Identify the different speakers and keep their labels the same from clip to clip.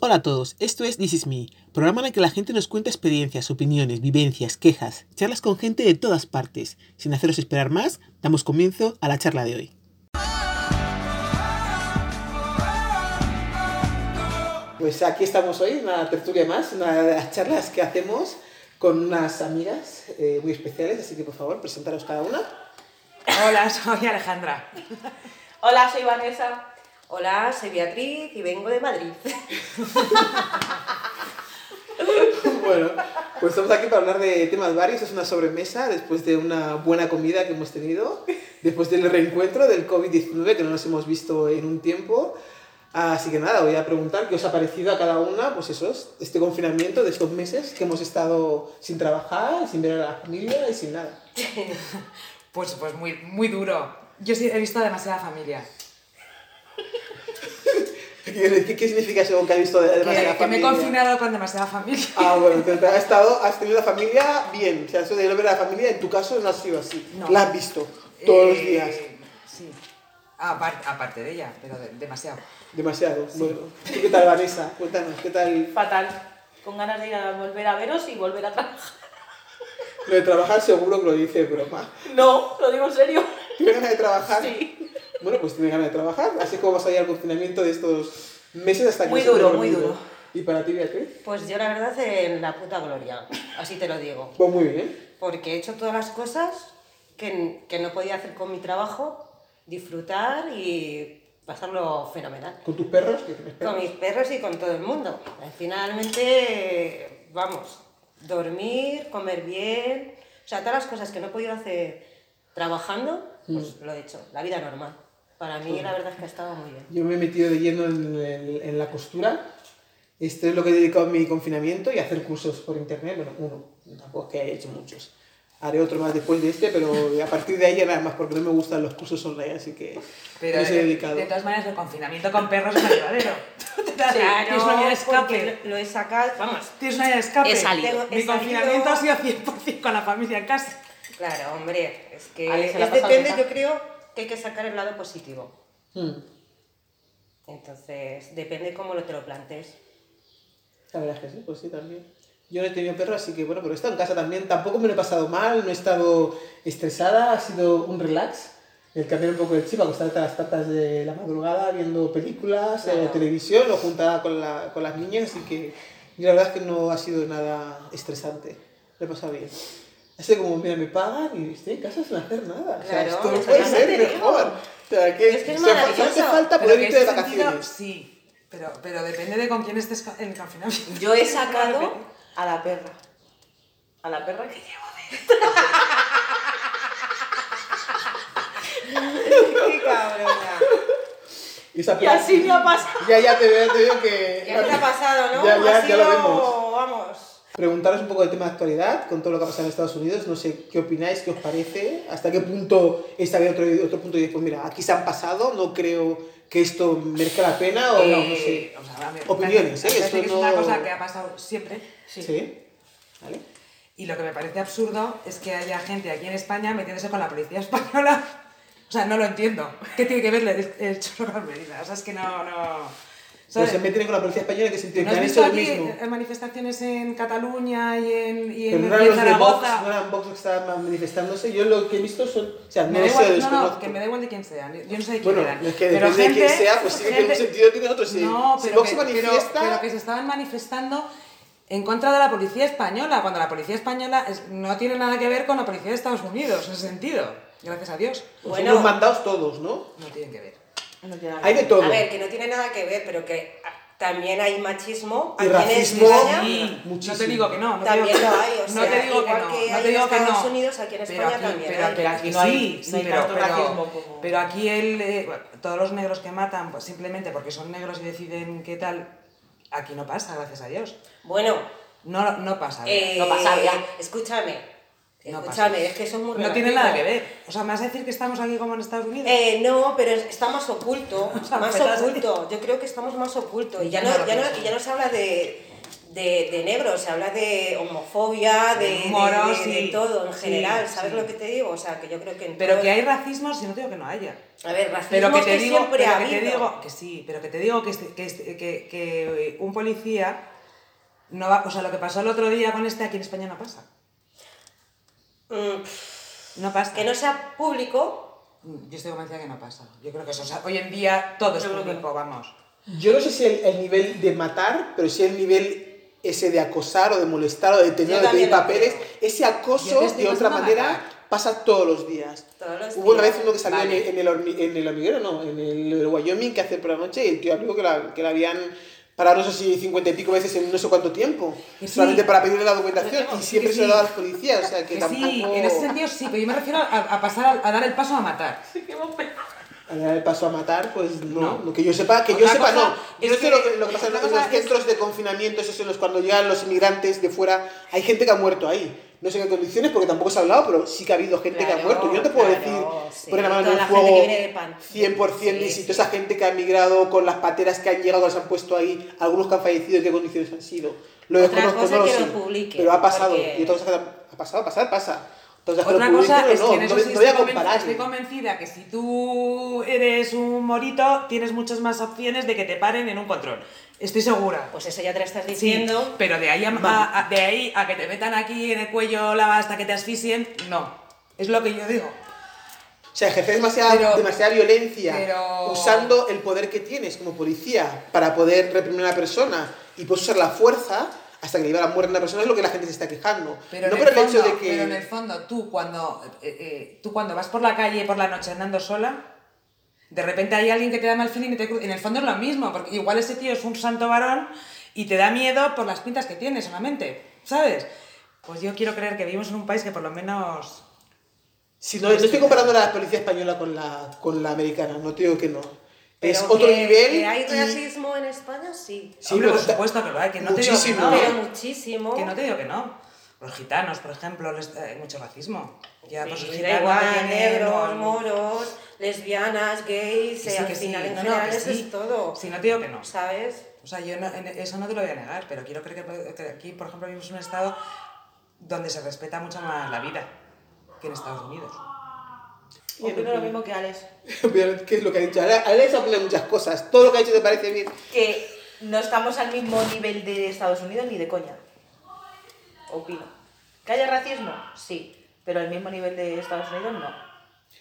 Speaker 1: Hola a todos, esto es This Is Me, programa en el que la gente nos cuenta experiencias, opiniones, vivencias, quejas, charlas con gente de todas partes. Sin haceros esperar más, damos comienzo a la charla de hoy. Pues aquí estamos hoy, una tertulia más, una de las charlas que hacemos con unas amigas eh, muy especiales, así que por favor, presentaros cada una.
Speaker 2: Hola, soy Alejandra.
Speaker 3: Hola, soy Vanessa.
Speaker 4: Hola, soy Beatriz y vengo de Madrid.
Speaker 1: Bueno, pues estamos aquí para hablar de temas varios. Es una sobremesa después de una buena comida que hemos tenido, después del reencuentro del COVID-19 que no nos hemos visto en un tiempo. Así que nada, voy a preguntar qué os ha parecido a cada una, pues eso, este confinamiento de estos meses que hemos estado sin trabajar, sin ver a la familia y sin nada.
Speaker 2: Pues, pues muy, muy duro. Yo sí he visto a demasiada familia.
Speaker 1: ¿Qué, qué significa según que ha visto de, de
Speaker 2: Que,
Speaker 1: más de la
Speaker 2: que me he
Speaker 1: familia?
Speaker 2: confinado con demasiada familia.
Speaker 1: Ah, bueno, te, te ha estado, has tenido la familia bien. O sea, eso de no ver a la familia en tu caso no ha sido así.
Speaker 2: No.
Speaker 1: La has visto todos los
Speaker 2: Eh,
Speaker 1: días.
Speaker 2: Sí. Apar- aparte de ella, pero de- demasiado.
Speaker 1: Demasiado. Bueno, ¿Tú ¿qué tal, Vanessa? Cuéntanos, ¿qué tal?
Speaker 3: Fatal. Con ganas de ir a volver a veros y volver a trabajar.
Speaker 1: Lo de trabajar seguro que lo dice de broma.
Speaker 3: No, lo digo en serio.
Speaker 1: ¿Tienes ganas de trabajar?
Speaker 3: Sí.
Speaker 1: Bueno, pues tienes ganas de trabajar. Así es como vas a ir al confinamiento de estos meses hasta que...
Speaker 3: Muy
Speaker 1: se te
Speaker 3: duro,
Speaker 1: olvide.
Speaker 3: muy duro.
Speaker 1: ¿Y para ti, Beatriz?
Speaker 4: Pues yo la verdad en la puta gloria, así te lo digo.
Speaker 1: Pues muy bien.
Speaker 4: Porque he hecho todas las cosas que, que no podía hacer con mi trabajo, disfrutar y pasarlo fenomenal.
Speaker 1: ¿Con tus perros? ¿Qué tienes
Speaker 4: Con
Speaker 1: perros?
Speaker 4: mis perros y con todo el mundo. Finalmente, vamos, dormir, comer bien, o sea, todas las cosas que no he podido hacer trabajando, pues
Speaker 2: Mm.
Speaker 4: lo he hecho. La vida normal. Para mí la verdad es que ha estado muy bien.
Speaker 1: Yo me he metido de lleno en, el- en la costura. Esto es lo que he dedicado a mi confinamiento y a hacer cursos por internet. Bueno, uno, tampoco es que haya hecho muchos. Haré otro más después de este, pero a partir de ahí ya nada más, porque no me gustan los cursos online, así que
Speaker 2: Pero
Speaker 1: no soy
Speaker 2: eh,
Speaker 1: dedicado.
Speaker 2: de todas maneras, el confinamiento con perros es verdadero.
Speaker 4: Claro,
Speaker 2: Tienes una vía de
Speaker 4: porque
Speaker 2: escape.
Speaker 4: lo, lo he sacado, vamos,
Speaker 2: Tienes una vía de escape.
Speaker 4: He salido.
Speaker 2: Mi
Speaker 4: He
Speaker 2: confinamiento
Speaker 4: salido.
Speaker 2: ha sido 100% con la familia en casa.
Speaker 4: claro, hombre, es que
Speaker 3: Ale, se la
Speaker 4: es
Speaker 3: ha pasado
Speaker 4: depende,
Speaker 3: bien.
Speaker 4: yo creo que hay que sacar el lado positivo.
Speaker 1: Mm.
Speaker 4: Entonces, depende cómo lo te lo plantees.
Speaker 1: La verdad es que sí, pues sí, también. Yo no he tenido perro, así que bueno, pero he estado en casa también. Tampoco me lo he pasado mal, no he estado estresada, ha sido un relax. El cambiar un poco el chip, acostarte a las tantas de la madrugada viendo películas, eh,
Speaker 4: Claro.
Speaker 1: televisión o juntada con, la- con las niñas, así que yo la verdad es que no ha sido nada estresante. Lo he pasado bien. Así como, mira, me pagan y estoy en casa sin hacer nada. o sea,
Speaker 4: Claro,
Speaker 1: esto no
Speaker 4: eso
Speaker 1: puede
Speaker 4: ya
Speaker 1: ser
Speaker 4: te digo.
Speaker 1: mejor. O sea, que,
Speaker 4: Es que es
Speaker 1: o sea, fa- no hace
Speaker 4: maravilloso.
Speaker 1: falta
Speaker 2: Pero
Speaker 1: poder
Speaker 2: que
Speaker 1: irte de
Speaker 2: en ese sentido,
Speaker 1: vacaciones.
Speaker 2: sí, pero, pero depende de con quién estés co- en el confinamiento.
Speaker 3: Yo he sacado a la perra. A la perra que llevo
Speaker 4: ¡Qué cabrona!
Speaker 1: Y, esa
Speaker 3: Y así me ha pasado.
Speaker 1: Ya, ya te veo, te veo que.
Speaker 4: Ya te ha pasado, ¿no?
Speaker 1: Ya, ya,
Speaker 4: ha
Speaker 1: ya
Speaker 4: sido,
Speaker 1: lo vemos.
Speaker 4: vamos.
Speaker 1: Preguntaros un poco del tema de actualidad, con todo lo que ha pasado en Estados Unidos, no sé qué opináis, qué os parece, hasta qué punto está bien otro, otro punto y después, mira, aquí se han pasado, no creo que esto merezca la pena o no, no sé.
Speaker 2: Eh, o sea, a mí me
Speaker 1: Opiniones,
Speaker 2: parece-
Speaker 1: ¿eh?
Speaker 2: me parece
Speaker 1: Esto
Speaker 2: que es una
Speaker 1: no-
Speaker 2: cosa que ha pasado siempre.
Speaker 1: Sí. ¿Vale?
Speaker 2: Y lo que me parece absurdo es que haya gente aquí en España metiéndose con la policía española. O sea, no lo entiendo. ¿Qué tiene que ver el, el chorro con Mérida? O sea, es que no, no...
Speaker 1: Pues
Speaker 2: ¿sabes?
Speaker 1: se meten con la policía española que sentido que
Speaker 2: ¿No has
Speaker 1: han
Speaker 2: visto
Speaker 1: hecho lo
Speaker 2: aquí
Speaker 1: mismo.
Speaker 2: eh, manifestaciones en Cataluña y en, y
Speaker 1: Pero
Speaker 2: en,
Speaker 1: no
Speaker 2: y en
Speaker 1: eran los de Vox,
Speaker 2: Zaragoza?
Speaker 1: no eran Vox los que estaban manifestándose, yo lo que he visto son. O sea, no
Speaker 2: Me da
Speaker 1: sé,
Speaker 2: igual, no, no,
Speaker 1: desconozco.
Speaker 2: que me da igual de quién sea. Yo no sé de quién
Speaker 1: Bueno,
Speaker 2: eran.
Speaker 1: es que
Speaker 2: Pero
Speaker 1: depende de quién
Speaker 2: gente-
Speaker 1: sea, pues sí que
Speaker 2: gente-
Speaker 1: un sentido tiene otro. Si,
Speaker 2: No,
Speaker 1: si
Speaker 2: pero,
Speaker 1: Vox
Speaker 2: que,
Speaker 1: se
Speaker 2: pero-
Speaker 1: manifiesta.
Speaker 2: pero que se estaban manifestando en contra de la policía española, cuando la policía española es- no tiene nada que ver con la policía de Estados Unidos, en ese sentido. Gracias a Dios.
Speaker 1: pues
Speaker 4: Bueno.
Speaker 1: somos mandados todos, ¿no?
Speaker 2: No tienen que ver.
Speaker 1: Hay de todo.
Speaker 4: A ver, que no tiene nada que ver, pero que ah, también hay machismo.
Speaker 1: Y
Speaker 4: aquí en
Speaker 1: racismo.
Speaker 4: España.
Speaker 1: Sí. muchísimo.
Speaker 2: No te digo que no. no te
Speaker 4: También
Speaker 2: digo que
Speaker 4: lo hay,
Speaker 2: no
Speaker 4: o sea,
Speaker 2: te digo que
Speaker 4: igual
Speaker 2: no,
Speaker 4: que
Speaker 2: no
Speaker 4: hay
Speaker 2: te
Speaker 4: en
Speaker 2: digo que no.
Speaker 4: Estados Unidos, aquí en
Speaker 2: Pero
Speaker 4: España también ¿eh?
Speaker 2: Pero,
Speaker 4: hay.
Speaker 2: pero aquí
Speaker 5: No hay-
Speaker 2: sí,
Speaker 5: no
Speaker 2: sí,
Speaker 5: hay
Speaker 2: pero,
Speaker 5: tanto
Speaker 2: pero-
Speaker 5: racismo como-
Speaker 2: pero aquí el, eh, bueno, todos los negros que matan, pues simplemente porque son negros y deciden qué tal, aquí no pasa, gracias a Dios.
Speaker 4: Bueno,
Speaker 2: No, no pasa.
Speaker 4: eh,
Speaker 5: no pasa, ya.
Speaker 4: escúchame.
Speaker 2: No
Speaker 4: Escúchame,
Speaker 2: pasa.
Speaker 4: Eh, es que eso es muy
Speaker 2: No tiene
Speaker 4: relativo.
Speaker 2: nada que ver. O sea, ¿me vas a decir que estamos aquí como en Estados Unidos?
Speaker 4: Eh, no, pero es- está más oculto,
Speaker 2: sea,
Speaker 4: más
Speaker 2: petas-
Speaker 4: oculto. Yo creo que estamos más oculto y ya
Speaker 2: Ya
Speaker 4: no,
Speaker 2: no lo
Speaker 4: ya no,
Speaker 2: pienso.
Speaker 4: y ya no se habla de, de, de negro, se habla de homofobia, de,
Speaker 2: De
Speaker 4: de-
Speaker 2: moros,
Speaker 4: de- de
Speaker 2: sí.
Speaker 4: todo en
Speaker 2: Sí,
Speaker 4: general, ¿sabes
Speaker 2: sí.
Speaker 4: lo que te digo? O sea, que yo creo que... en
Speaker 2: Pero
Speaker 4: todo-
Speaker 2: que hay racismo, si no digo que no haya.
Speaker 4: A ver, racismo
Speaker 2: Pero que
Speaker 4: es
Speaker 2: te digo,
Speaker 4: siempre
Speaker 2: pero
Speaker 4: ha
Speaker 2: que te
Speaker 4: habido.
Speaker 2: digo, que sí, pero que te digo que, este- que, este- que- que un policía no va, o sea, lo que pasó el otro día con este aquí en España no pasa.
Speaker 4: Mm,
Speaker 2: No pasa.
Speaker 4: que no sea público,
Speaker 2: Yo estoy convencida que no pasa. Yo creo que eso, o sea, hoy en día todo es
Speaker 4: Yo creo que
Speaker 2: público, vamos.
Speaker 1: Yo no sé si el, el nivel de matar, pero sí el nivel ese de acosar o de molestar o de tener
Speaker 4: Yo
Speaker 1: o de
Speaker 4: también
Speaker 1: pedir
Speaker 4: lo
Speaker 1: papeles,
Speaker 4: creo.
Speaker 1: ese
Speaker 2: Yo
Speaker 1: acoso
Speaker 2: te estoy
Speaker 1: de otra
Speaker 2: pasando
Speaker 1: manera
Speaker 2: matar.
Speaker 1: pasa todos los días.
Speaker 4: Todos los
Speaker 1: Hubo una
Speaker 4: días.
Speaker 1: vez uno que salió en el-
Speaker 2: Vale.
Speaker 1: en, el, hormi- en el hormiguero, no, en el Wyoming que hace por la noche y el tío dijo que la, que la habían parado no sé si cincuenta y pico veces en no sé cuánto tiempo,
Speaker 2: Que sí.
Speaker 1: solamente para pedirle la documentación y
Speaker 2: Que
Speaker 1: siempre
Speaker 2: sí.
Speaker 1: se lo daba a las policías, o sea que,
Speaker 2: Que
Speaker 1: tampoco...
Speaker 2: sí, en ese sentido sí, pero yo me refiero a, a pasar a, a dar el paso a matar.
Speaker 1: Al dar el paso a matar, pues no.
Speaker 2: No.
Speaker 1: Lo que yo sepa, que yo
Speaker 2: Otra
Speaker 1: sepa,
Speaker 2: cosa
Speaker 1: no. Yo
Speaker 2: es
Speaker 1: no sé
Speaker 2: que-
Speaker 1: lo que, lo que pasa en
Speaker 2: otra
Speaker 1: los
Speaker 2: cosa es-
Speaker 1: centros de confinamiento, esos en los cuando llegan los inmigrantes de fuera, hay gente que ha muerto ahí. No sé en qué condiciones, porque tampoco se ha hablado, pero sí que ha habido gente que ha
Speaker 4: Claro,
Speaker 1: muerto. Yo no te puedo
Speaker 4: claro,
Speaker 1: decir,
Speaker 4: sí.
Speaker 1: poner la mano en
Speaker 4: Toda
Speaker 1: el
Speaker 4: la
Speaker 1: fuego,
Speaker 4: gente que viene de pan-
Speaker 1: 100%
Speaker 4: Sí,
Speaker 1: ni si
Speaker 4: sí.
Speaker 1: toda esa gente que ha migrado con las pateras que han llegado, las han puesto ahí, algunos que han fallecido, en qué condiciones han sido. Lo
Speaker 4: Otra
Speaker 1: desconozco,
Speaker 4: cosa
Speaker 1: no lo
Speaker 4: que
Speaker 1: sé.
Speaker 4: lo publiquen,
Speaker 1: pero ha pasado.
Speaker 4: porque-
Speaker 1: Y otra cosa que ha pasado, pasar, pasa. Entonces,
Speaker 2: Otra cosa es que en
Speaker 1: no,
Speaker 2: eso
Speaker 1: no
Speaker 2: sí
Speaker 1: voy a
Speaker 4: este
Speaker 2: estoy,
Speaker 1: comparar.
Speaker 2: conven- estoy convencida que si tú eres un morito, tienes muchas más opciones de que te paren en un control. Estoy segura.
Speaker 4: pues eso ya te lo estás
Speaker 2: Sí,
Speaker 4: diciendo.
Speaker 2: pero de ahí a, a- a- de ahí a que te metan aquí en el cuello la hasta que te asfixien, no. Es lo que yo digo.
Speaker 1: O sea, ejercer demasiada,
Speaker 2: Pero-
Speaker 1: demasiada violencia
Speaker 2: pero-
Speaker 1: usando el poder que tienes como policía para poder reprimir a una persona y puedes usar la fuerza hasta que le lleva a la muerte a una persona es lo que la gente se está quejando.
Speaker 2: Pero,
Speaker 1: no
Speaker 2: en,
Speaker 1: por
Speaker 2: el
Speaker 1: el hecho
Speaker 2: fondo,
Speaker 1: de que...
Speaker 2: pero en el fondo, tú cuando, eh, eh, tú cuando vas por la calle por la noche andando sola, de repente hay alguien que te da mal feeling y te cru- En el fondo es lo mismo, porque igual ese tío es un santo varón y te da miedo por las pintas que tiene solamente, ¿sabes? Pues yo quiero creer que vivimos en un país que por lo menos...
Speaker 1: Si no, no estoy comparando a la policía española con la, con la americana, no te digo que no. es
Speaker 4: Pero
Speaker 1: otro
Speaker 4: que-
Speaker 1: nivel
Speaker 4: que hay
Speaker 1: y-
Speaker 4: racismo en España, sí.
Speaker 1: Sí,
Speaker 2: Hombre,
Speaker 1: pero
Speaker 2: por
Speaker 1: ta-
Speaker 2: supuesto que lo hay, que no te digo que
Speaker 1: muchísimo,
Speaker 2: no.
Speaker 1: ¿eh?
Speaker 4: Pero muchísimo.
Speaker 2: Ah. Que no te digo que no. Los gitanos, por ejemplo, les- eh, hay mucho racismo. Ya, pues,
Speaker 4: Sí,
Speaker 2: los
Speaker 4: da
Speaker 2: gitanos
Speaker 4: igual,
Speaker 2: tienen-
Speaker 4: negros,
Speaker 2: no-
Speaker 4: moros, lesbianas, gays,
Speaker 2: que
Speaker 4: eh,
Speaker 2: sí,
Speaker 4: al
Speaker 2: que sí.
Speaker 4: final en
Speaker 2: No, no,
Speaker 4: general
Speaker 2: que
Speaker 4: eso
Speaker 2: sí.
Speaker 4: es todo,
Speaker 2: Sí, no te digo que no.
Speaker 4: ¿sabes?
Speaker 2: O sea, yo no- en- eso no te lo voy a negar, pero quiero creer que, que aquí, por ejemplo, vivimos en un estado donde se respeta mucho más la vida que en Estados Unidos.
Speaker 3: Opino lo mismo que Alex.
Speaker 1: Mira, ¿Qué es lo que ha dicho? Ahora, ahora se opinan muchas cosas. Todo lo que ha dicho te parece bien.
Speaker 3: Que no estamos al mismo nivel de Estados Unidos ni de coña. Opino. ¿Que haya racismo? Sí. Pero al mismo nivel de Estados Unidos no.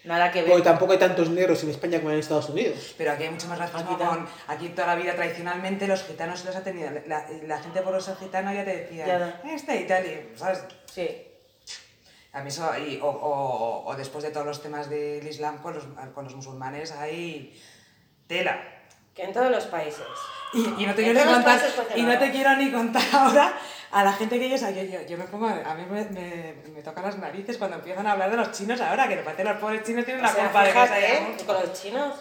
Speaker 3: Nada que
Speaker 1: Porque
Speaker 3: ver.
Speaker 1: tampoco hay tantos negros en España como en Estados Unidos.
Speaker 2: Pero aquí hay mucho más racismo.
Speaker 3: Aquí tam-
Speaker 2: con- aquí toda la vida tradicionalmente los gitanos se los ha tenido. La, la gente por ser gitano ya te decía,
Speaker 3: Ya da.
Speaker 2: este y tal, y, ¿sabes?
Speaker 3: Sí.
Speaker 2: A mí eso, y- o, o- o después de todos los temas del Islam con los, con los musulmanes, hay tela.
Speaker 4: Que en todos los países.
Speaker 2: Y, y no te quiero
Speaker 4: En
Speaker 2: ni
Speaker 4: todos los
Speaker 2: contar,
Speaker 4: países funciona.
Speaker 2: y no te quiero ni
Speaker 4: pues.
Speaker 2: contar ahora a la gente que yo, o sea, yo, yo, yo me pongo, a mí me, me, me tocan las narices cuando empiezan a hablar de los chinos ahora, que me parece que los pobres chinos tienen
Speaker 4: O
Speaker 2: la
Speaker 4: sea,
Speaker 2: culpa de que
Speaker 4: fíjate,
Speaker 2: se hayan-
Speaker 4: ¿eh? con los chinos.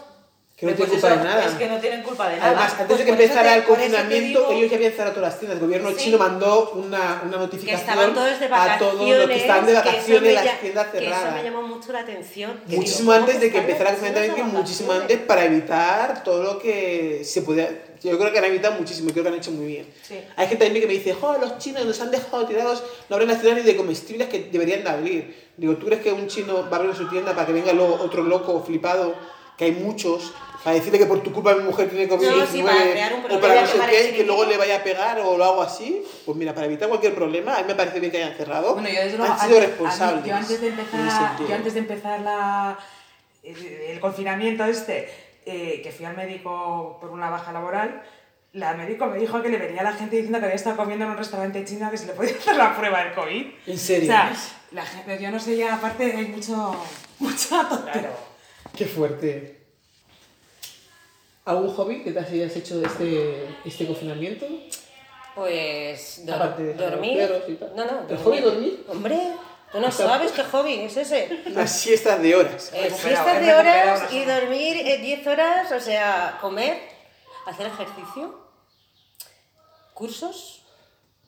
Speaker 1: Que no
Speaker 3: Pues
Speaker 1: te ocupa
Speaker 3: eso,
Speaker 1: de nada.
Speaker 3: Es que no tienen culpa de nada.
Speaker 1: Además, antes
Speaker 4: Pues
Speaker 1: de que
Speaker 4: por eso
Speaker 1: empezara
Speaker 4: te-
Speaker 1: el
Speaker 4: por eso te
Speaker 1: confinamiento,
Speaker 4: digo-
Speaker 1: ellos ya habían cerrado todas las tiendas. El gobierno
Speaker 4: Sí.
Speaker 1: chino mandó una, una
Speaker 4: que
Speaker 1: notificación
Speaker 4: estaban todos de
Speaker 1: a
Speaker 4: vacaciones,
Speaker 1: todos los que estaban de
Speaker 4: que eso
Speaker 1: vacaciones,
Speaker 4: me
Speaker 1: las
Speaker 4: ya-
Speaker 1: tiendas
Speaker 4: que eso me
Speaker 1: cerradas.
Speaker 4: llamó mucho la atención. que digo,
Speaker 1: Muchísimo
Speaker 4: ¿cómo
Speaker 1: antes de que
Speaker 4: están
Speaker 1: empezara el
Speaker 4: las personas de
Speaker 1: confinamiento, y muchísimo
Speaker 4: vacaciones?
Speaker 1: antes para evitar todo lo que se podía. Yo creo que han evitado muchísimo, y creo que han hecho muy bien.
Speaker 3: Sí.
Speaker 1: Hay gente también que me dice, jo, los chinos nos han dejado tirados, no abren las tiendas ni de comestibles que deberían de abrir. Digo, ¿tú crees que un chino va a abrir su tienda para que venga luego otro loco flipado, que hay muchos, para decirle que por tu culpa mi mujer tiene COVID-19
Speaker 4: No, sí, para crear un
Speaker 1: o
Speaker 4: problema,
Speaker 1: para no sé
Speaker 4: para
Speaker 1: qué, que
Speaker 4: chiringuito.
Speaker 1: luego le vaya a pegar o lo hago así? Pues mira, para evitar cualquier problema, a mí me parece bien que hayan cerrado.
Speaker 2: Bueno, yo desde luego,
Speaker 1: han sido
Speaker 2: antes-
Speaker 1: responsables.
Speaker 2: a mí- yo antes de
Speaker 1: en ese
Speaker 2: empezar,
Speaker 1: sentido.
Speaker 2: yo antes de empezar la, el, el confinamiento este, eh, que fui al médico por una baja laboral, la médico me dijo que le venía la gente diciendo que había estado comiendo en un restaurante chino que se le podía hacer la prueba del COVID.
Speaker 1: ¿En serio?
Speaker 2: O sea, la gente, yo no sé ya, aparte hay mucho, mucha tontería.
Speaker 1: Qué fuerte. ¿Algún hobby que te hayas hecho de este, este confinamiento?
Speaker 4: Pues dor-
Speaker 1: Aparte de
Speaker 4: dormir.
Speaker 1: los perros y tal.
Speaker 4: No, no.
Speaker 1: ¿El hobby dormir?
Speaker 4: Hombre, tú no sabes qué hobby es ese.
Speaker 1: Las siestas de horas.
Speaker 4: Eh,
Speaker 2: Recuperado,
Speaker 4: Siestas
Speaker 2: he
Speaker 4: de
Speaker 2: recuperado
Speaker 4: horas
Speaker 2: la
Speaker 4: y
Speaker 2: zona.
Speaker 4: dormir eh, 10 horas, o sea, comer, hacer ejercicio, cursos,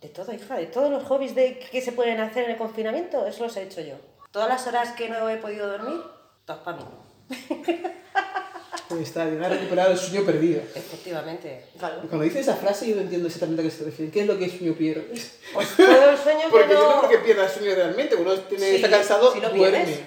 Speaker 4: de todo, hija, de todos los hobbies de, que se pueden hacer en el confinamiento, eso los he hecho yo. Todas las horas que no he podido dormir, todas para mí.
Speaker 1: Ahí está, bien, ha recuperado el sueño perdido.
Speaker 4: Efectivamente.
Speaker 3: Claro.
Speaker 1: Cuando dice esa frase yo no entiendo exactamente a qué se refiere. ¿Qué es lo que es sueño pierdo?
Speaker 4: Os todo el sueño,
Speaker 1: Pues Porque
Speaker 4: pero...
Speaker 1: yo no creo que pierda sueño realmente. Uno tiene,
Speaker 3: Sí,
Speaker 1: está cansado,
Speaker 3: si lo
Speaker 1: duerme.
Speaker 3: pierdes.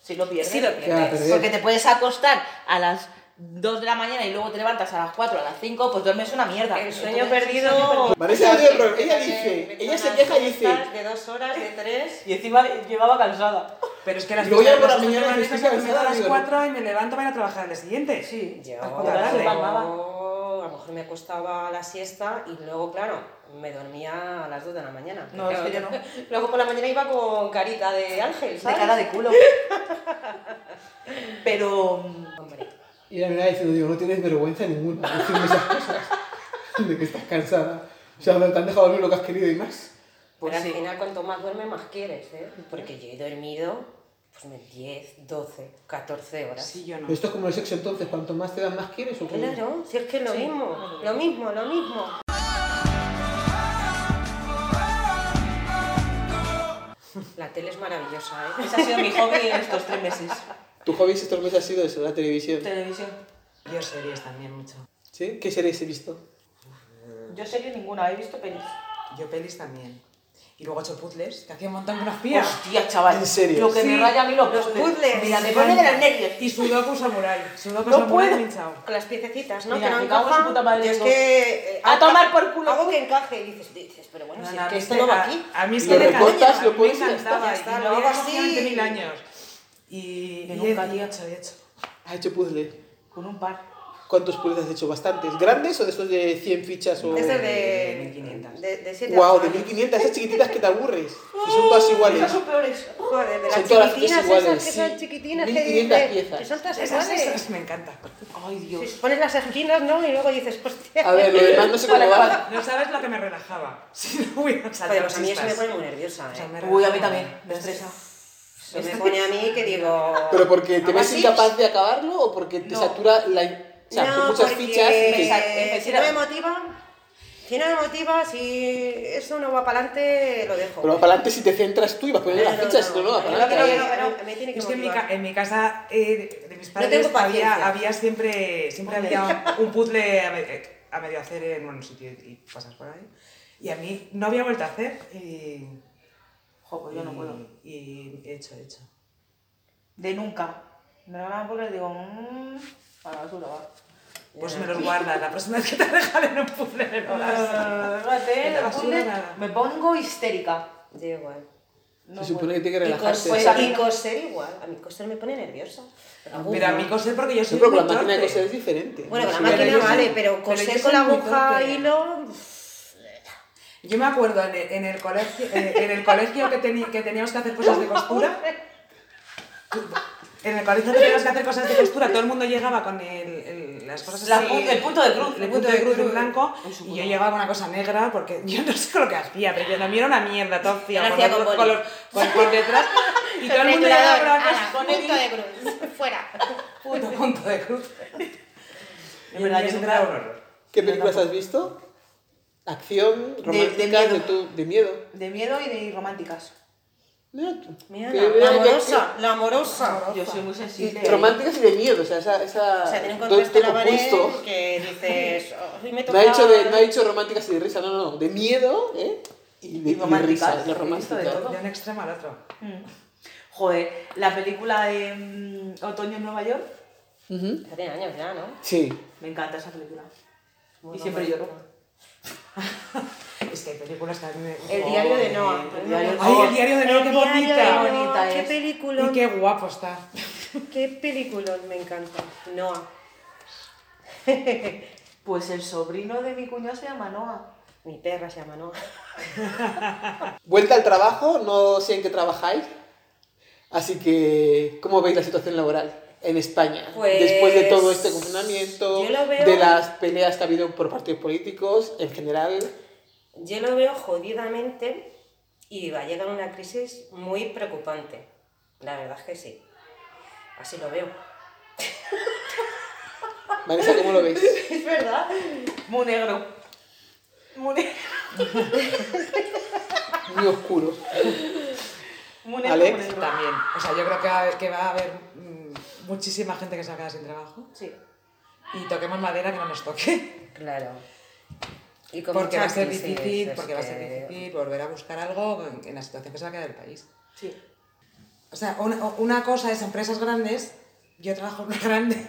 Speaker 3: Si lo pierdes.
Speaker 4: Sí lo pierdes.
Speaker 1: Claro, pero-
Speaker 3: Porque te puedes acostar a las 2 de la mañana y luego te levantas a las 4, a las 5, pues duermes una mierda.
Speaker 4: El sueño
Speaker 3: Entonces,
Speaker 4: perdido...
Speaker 1: Vanessa no tiene problema. Ella dice,
Speaker 4: Me
Speaker 1: ella se
Speaker 4: tocan
Speaker 1: queja y dice-
Speaker 4: siestas De dos horas, de tres...
Speaker 3: Y encima llevaba cansada.
Speaker 2: Pero es que las
Speaker 1: Luego ya por la
Speaker 2: las
Speaker 1: mañana
Speaker 2: últimas
Speaker 1: me estoy
Speaker 2: veces me quedo a
Speaker 1: cansada,
Speaker 2: las
Speaker 1: digo,
Speaker 2: 4 y me levanto para ir a trabajar al día siguiente. Sí.
Speaker 4: Yo,
Speaker 2: Para
Speaker 3: Ahora
Speaker 2: darle.
Speaker 3: sí, mamá.
Speaker 4: yo, a lo mejor me acostaba a la siesta y luego, claro, me dormía a las 2 de la mañana.
Speaker 3: No, es que yo no.
Speaker 4: Luego por la mañana iba con carita de ángel,
Speaker 3: De
Speaker 4: ¿sabes?
Speaker 3: cara de culo. Pero. mm,
Speaker 4: Hombre,
Speaker 1: Y la mirada diciendo, digo, no tienes vergüenza ninguna de decirme esas cosas. De que estás cansada. O sea, te han dejado dormir lo que has querido y más.
Speaker 4: pues
Speaker 3: Pues
Speaker 4: al
Speaker 3: sí.
Speaker 4: final cuanto más duermes, más quieres, ¿eh? Porque yo he dormido pues me- 10, 12, 14 horas.
Speaker 2: Sí, yo no.
Speaker 1: Pero esto es como el sexo entonces, cuanto más te dan, más quieres o qué?
Speaker 4: Claro, si es que es lo
Speaker 3: Sí,
Speaker 4: mismo,
Speaker 3: es lo
Speaker 4: lo mismo, lo mismo. La tele es maravillosa, ¿eh?
Speaker 3: Ese ha sido mi hobby estos tres meses.
Speaker 1: Tu hobby estos meses ha sido eso, la televisión.
Speaker 3: Televisión.
Speaker 2: Yo series también mucho.
Speaker 1: ¿Sí? ¿Qué series he visto?
Speaker 3: Yo serie ninguna, he visto pelis.
Speaker 2: Yo pelis también. Y luego he hecho puzzles, que hacía un montón que no hacía.
Speaker 3: Hostia, chaval.
Speaker 1: ¿En serio?
Speaker 3: Lo que me
Speaker 2: Sí.
Speaker 3: raya a mí los
Speaker 4: Los
Speaker 3: puzzles.
Speaker 4: puzzles.
Speaker 3: Mira, me pone de los nervios.
Speaker 2: Y sudoku samurai. Sudoku
Speaker 3: No
Speaker 2: samurai
Speaker 3: puedo.
Speaker 2: me he hinchado.
Speaker 4: Con las piececitas, ¿no?
Speaker 3: Mira,
Speaker 4: que no
Speaker 3: me cago en su
Speaker 4: encajan.
Speaker 3: puta madre,
Speaker 4: Yo es
Speaker 3: digo,
Speaker 4: que... eh,
Speaker 3: a
Speaker 4: algo-
Speaker 3: tomar por culo.
Speaker 4: Algo que encaje. Y dices, dices pero bueno,
Speaker 2: No,
Speaker 4: si
Speaker 2: no,
Speaker 4: es que
Speaker 2: mí
Speaker 4: esto
Speaker 2: se-
Speaker 4: no va
Speaker 2: a-
Speaker 4: aquí.
Speaker 2: A, mí es
Speaker 1: Lo
Speaker 2: que me
Speaker 1: recortas,
Speaker 2: encantaba,
Speaker 1: lo
Speaker 2: a mí
Speaker 1: pones y ya
Speaker 2: me encantaba.
Speaker 4: está, ya
Speaker 2: y
Speaker 4: está,
Speaker 2: lo
Speaker 4: lo
Speaker 2: hago
Speaker 4: hago
Speaker 2: así
Speaker 4: así.
Speaker 2: durante mil años. Y,
Speaker 3: Yo
Speaker 2: y
Speaker 3: nunca,
Speaker 2: he
Speaker 3: tío.
Speaker 2: hecho, he hecho.
Speaker 1: Has hecho puzzles.
Speaker 3: Con un par.
Speaker 1: ¿Cuántos puzzles has hecho? ¿Bastantes? ¿Grandes o de esos de 100 fichas o...?
Speaker 4: Es
Speaker 2: Ese
Speaker 4: el
Speaker 2: de
Speaker 4: de...
Speaker 2: 1500.
Speaker 4: De, de siete
Speaker 1: Wow, de
Speaker 4: años.
Speaker 1: 1500, esas chiquititas que te aburres. Y son todas iguales.
Speaker 3: Esas son peores.
Speaker 4: Joder, de las
Speaker 1: Son todas las piezas
Speaker 4: chiquitinas esas
Speaker 1: iguales,
Speaker 4: que son
Speaker 1: sí.
Speaker 4: chiquitinas que
Speaker 1: 1500
Speaker 4: dices...
Speaker 1: piezas.
Speaker 4: Que son todas
Speaker 2: Esas,
Speaker 4: iguales.
Speaker 2: esas, me encanta.
Speaker 3: Ay, Dios.
Speaker 4: Sí, Pones las esquinas, ¿no? Y luego dices, hostia...
Speaker 1: A ver, lo demás no sé cómo va.
Speaker 2: No sabes lo que me relajaba. Si no hubiera saltado
Speaker 4: Joder, pues a mí eso me
Speaker 2: chispas.
Speaker 4: pone muy nerviosa,
Speaker 2: O sea,
Speaker 4: ¿eh?
Speaker 2: me
Speaker 3: Uy, a mí
Speaker 2: relajaba.
Speaker 3: también. Me estresa.
Speaker 4: Eso me pone a mí que digo...
Speaker 1: ¿Pero porque te
Speaker 4: Aún
Speaker 1: ves
Speaker 4: así,
Speaker 1: incapaz de acabarlo o porque te
Speaker 3: No.
Speaker 1: satura la... O sea, son muchas
Speaker 4: porque
Speaker 1: fichas
Speaker 3: que- Exacto.
Speaker 4: Si no me motiva, si no me motiva, si eso no va para adelante, lo dejo.
Speaker 1: Pero para adelante si te centras tú y vas poniendo
Speaker 4: No,
Speaker 1: las
Speaker 4: no,
Speaker 1: fichas,
Speaker 4: no.
Speaker 1: no, no,
Speaker 4: Yo
Speaker 1: para
Speaker 4: creo que
Speaker 1: adelante.
Speaker 4: no. me tiene que
Speaker 2: es que en mi,
Speaker 4: motivar.
Speaker 2: ca- en mi casa eh, de mis padres
Speaker 4: tengo
Speaker 2: había,
Speaker 4: paciencia.
Speaker 2: había siempre, siempre había un puzzle a, me- eh, a medio hacer en un sitio y pasas por ahí. Y a mí no había vuelto a hacer y,
Speaker 3: Jo, pues yo no puedo.
Speaker 2: y he hecho, he hecho.
Speaker 3: De nunca. Me lo van a poner y digo, mmm, a la basura va.
Speaker 2: Pues me los guardas, la próxima vez que te regalen un puzzle me lo das.
Speaker 3: Ah, fíjate,
Speaker 2: la
Speaker 3: me
Speaker 2: basura
Speaker 3: pone-
Speaker 2: nada.
Speaker 3: Me pongo histérica.
Speaker 4: Yo igual.
Speaker 3: No
Speaker 1: Se supone que tiene que
Speaker 4: Y
Speaker 1: relajarse.
Speaker 4: coser,
Speaker 3: Pues a mí
Speaker 4: y
Speaker 3: no.
Speaker 4: coser igual. A mí coser me pone nerviosa.
Speaker 2: Pero a mí coser porque yo soy
Speaker 1: No, pero con la
Speaker 2: muy
Speaker 1: máquina de
Speaker 2: torpe.
Speaker 1: coser es diferente.
Speaker 4: Bueno,
Speaker 1: No
Speaker 4: con la
Speaker 1: sé,
Speaker 2: pero
Speaker 4: máquina
Speaker 2: yo soy-
Speaker 4: vale,
Speaker 2: pero
Speaker 4: pero
Speaker 2: yo
Speaker 4: coser
Speaker 2: soy
Speaker 4: con la
Speaker 2: muy
Speaker 4: aguja
Speaker 2: torpe.
Speaker 4: hilo.
Speaker 2: Yo me acuerdo en el, en el colegio, eh, en el colegio que, teni- que teníamos que hacer cosas de costura. En el colegio que teníamos que hacer cosas de costura, todo el mundo llegaba con el, el- las cosas
Speaker 3: La
Speaker 2: así,
Speaker 3: pu- el punto de cruz,
Speaker 2: el punto de cruz en blanco, y yo llegaba con una cosa negra, porque yo no sé lo que hacía, pero yo también era una mierda, todo hacía
Speaker 4: Yo lo
Speaker 2: con
Speaker 4: hacía
Speaker 2: otro
Speaker 4: con boli.
Speaker 2: color- con- por detrás, y todo el mundo llegaba con una cosa con
Speaker 4: punto
Speaker 2: el
Speaker 4: de cruz. Fuera.
Speaker 2: puto punto de cruz.
Speaker 3: En verdad, yo
Speaker 2: Eso
Speaker 3: nunca-
Speaker 2: era un horror.
Speaker 1: ¿Qué películas has visto? Acción, románticas, de,
Speaker 3: miedo.
Speaker 1: tu- de miedo.
Speaker 3: De miedo y de románticas.
Speaker 1: Mira tú.
Speaker 4: Mira,
Speaker 1: Que-
Speaker 4: la,
Speaker 1: mira,
Speaker 4: la
Speaker 1: que-
Speaker 4: amorosa, la amorosa.
Speaker 3: Ah, Yo soy muy
Speaker 1: que-
Speaker 3: sensible.
Speaker 1: Románticas y de miedo, o sea, esa... esa
Speaker 4: O sea, tiene un
Speaker 1: todo
Speaker 4: contraste
Speaker 1: este
Speaker 4: la pared
Speaker 1: compuesto.
Speaker 4: que dices, "Oh, hoy me
Speaker 1: No
Speaker 4: toca...
Speaker 1: ha, dicho de, no ha dicho románticas y de risa, no, no, no, de miedo, ¿eh? Y de, y
Speaker 3: Y
Speaker 1: de
Speaker 3: románticas,
Speaker 1: risa,
Speaker 3: he
Speaker 1: de
Speaker 3: visto
Speaker 1: romántica.
Speaker 3: de todo.
Speaker 2: De un extremo al otro.
Speaker 3: Mm. Joder, la película de mm, Otoño en Nueva York.
Speaker 1: Ujú.
Speaker 4: Hace años ya, ¿no?
Speaker 1: Sí.
Speaker 3: Me encanta esa película.
Speaker 4: Muy
Speaker 3: y siempre
Speaker 4: romántica.
Speaker 3: lloro.
Speaker 2: Es que hay películas que a mí me...
Speaker 4: El diario de Noah.
Speaker 3: El diario de
Speaker 2: Ay, el diario de Noah, qué
Speaker 4: El diario
Speaker 2: bonita.
Speaker 4: de
Speaker 3: Qué
Speaker 4: Noah,
Speaker 3: bonita
Speaker 4: qué
Speaker 3: es.
Speaker 4: película.
Speaker 2: Y qué guapo está.
Speaker 4: Qué película, me encanta. Noah.
Speaker 3: Pues el sobrino de mi cuñado se llama Noah.
Speaker 4: Mi perra se llama Noah.
Speaker 1: Vuelta al trabajo, no sé en qué trabajáis. Así que, ¿cómo veis la situación laboral en España?
Speaker 4: Pues,
Speaker 1: Después de todo este confinamiento,
Speaker 4: yo lo veo-
Speaker 1: de las peleas que ha habido por partidos políticos, en general,
Speaker 4: Yo lo veo jodidamente y va a llegar una crisis muy preocupante. La verdad es que sí. Así lo veo.
Speaker 1: Vanessa, ¿cómo lo veis?
Speaker 3: Es verdad. Muy negro. Muy, ne-
Speaker 1: Muy oscuro.
Speaker 3: muy negro.
Speaker 1: Alex,
Speaker 3: muy negro.
Speaker 2: También. O sea, yo creo que, que va a haber mm, muchísima gente que se va a quedar sin trabajo.
Speaker 3: Sí.
Speaker 2: y toquemos madera que no nos toque.
Speaker 4: Claro. Y con
Speaker 2: Porque va a
Speaker 4: muchas
Speaker 2: ser
Speaker 4: crisis,
Speaker 2: difícil,
Speaker 4: es
Speaker 2: porque va a
Speaker 4: que-
Speaker 2: ser difícil volver a buscar algo en- en la situación que se va a quedar el país.
Speaker 3: Sí.
Speaker 2: O sea, una, una cosa es empresas grandes, yo trabajo en una grande,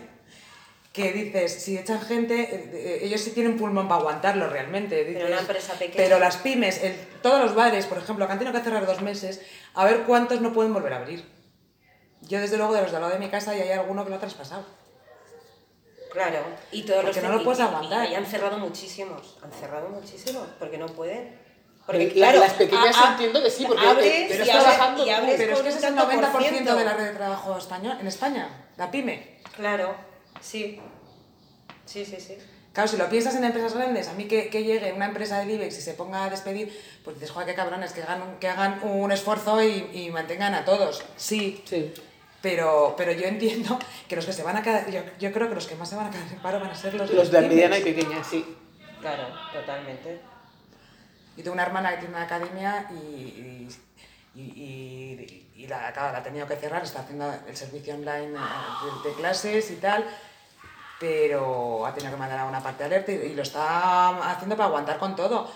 Speaker 2: que dices, si echan gente, eh, eh, ellos sí tienen pulmón para aguantarlo realmente. Dices,
Speaker 4: una empresa pequeña.
Speaker 2: Pero las pymes, el- todos los bares, por ejemplo, que han tenido que cerrar dos meses, a ver cuántos no pueden volver a abrir. Yo, desde luego, de los de al lado de mi casa, y hay alguno que lo ha traspasado.
Speaker 4: Claro, y todos
Speaker 2: Porque
Speaker 4: los
Speaker 2: no lo puedes
Speaker 4: y- y-
Speaker 2: aguantar.
Speaker 4: Y, han cerrado muchísimos, han cerrado muchísimos, porque no pueden.
Speaker 1: La- las pequeñas entiendo que sí, porque
Speaker 4: abres
Speaker 1: estás
Speaker 4: y abres-
Speaker 1: trabajando
Speaker 4: y
Speaker 1: tú,
Speaker 4: abres
Speaker 2: Pero es
Speaker 4: con
Speaker 2: que ese es
Speaker 4: un
Speaker 2: el
Speaker 4: tanto por
Speaker 2: 90%
Speaker 4: ciento.
Speaker 2: de la red de trabajo español, en España, la pyme.
Speaker 4: Claro, sí. Sí, sí, sí.
Speaker 2: Claro, si lo piensas en empresas grandes, a mí que, que llegue una empresa del IBEX y se ponga a despedir, pues dices, joder, qué cabrones, que hagan un, que hagan un esfuerzo y, y mantengan a todos. Sí,
Speaker 1: Sí.
Speaker 2: pero, pero yo entiendo que los que se van a quedar, yo, yo creo que los que más se van a quedar en paro van a ser los,
Speaker 1: Los de la
Speaker 2: pymes.
Speaker 1: mediana y pequeña, sí.
Speaker 4: Claro, totalmente.
Speaker 2: Yo tengo una hermana que tiene una academia y, y, y- y- y la, claro, la ha tenido que cerrar, está haciendo el servicio online eh, de, de clases y tal, pero ha tenido que mandar a una parte de alerta y, y lo está haciendo para aguantar con todo.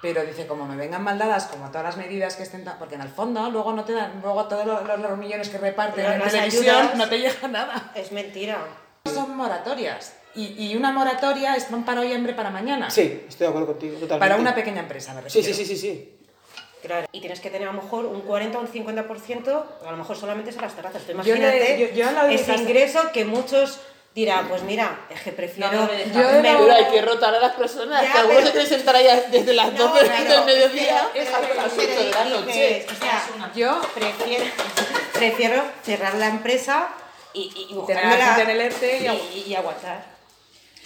Speaker 2: Pero dice, como me vengan maldadas, como todas las medidas que estén... ta- Porque en el fondo luego no te dan, luego todos los, los- los millones que reparten
Speaker 4: Las-
Speaker 2: en
Speaker 4: las
Speaker 2: televisión
Speaker 4: ayudas.
Speaker 2: no te llega nada.
Speaker 4: Es mentira.
Speaker 2: Son moratorias. Y, y una moratoria es pan para hoy, hambre para mañana.
Speaker 1: Sí, estoy de acuerdo contigo, totalmente.
Speaker 2: Para una pequeña empresa, me
Speaker 1: Sí,
Speaker 2: refiero.
Speaker 1: sí, sí, sí, sí.
Speaker 4: Claro. Y tienes que tener a lo mejor un 40 o un 50%, a lo mejor solamente son las terrazas. Tú
Speaker 2: Yo le-
Speaker 4: imagínate
Speaker 2: yo- yo la de
Speaker 4: ese
Speaker 2: casa-
Speaker 4: ingreso que muchos dirán, pues mira, es que prefiero...
Speaker 3: No, no, yo
Speaker 4: me-
Speaker 2: de la-
Speaker 1: Pero hay que rotar a las personas.
Speaker 4: Ya,
Speaker 1: que algunos
Speaker 4: pero-
Speaker 1: se quieren sentar allá desde las
Speaker 4: No,
Speaker 1: 12
Speaker 4: claro,
Speaker 1: del mediodía
Speaker 4: pero-
Speaker 1: hasta
Speaker 4: pero
Speaker 1: las
Speaker 4: ¿qué
Speaker 1: 8 de la
Speaker 4: dices?
Speaker 1: noche.
Speaker 4: O sea,
Speaker 2: Yo
Speaker 4: prefiero, prefiero cerrar la empresa y, y, y
Speaker 2: Tener
Speaker 4: buscarme
Speaker 2: a la
Speaker 4: la-
Speaker 2: gente en el ERTE y a-
Speaker 4: y- y aguantar.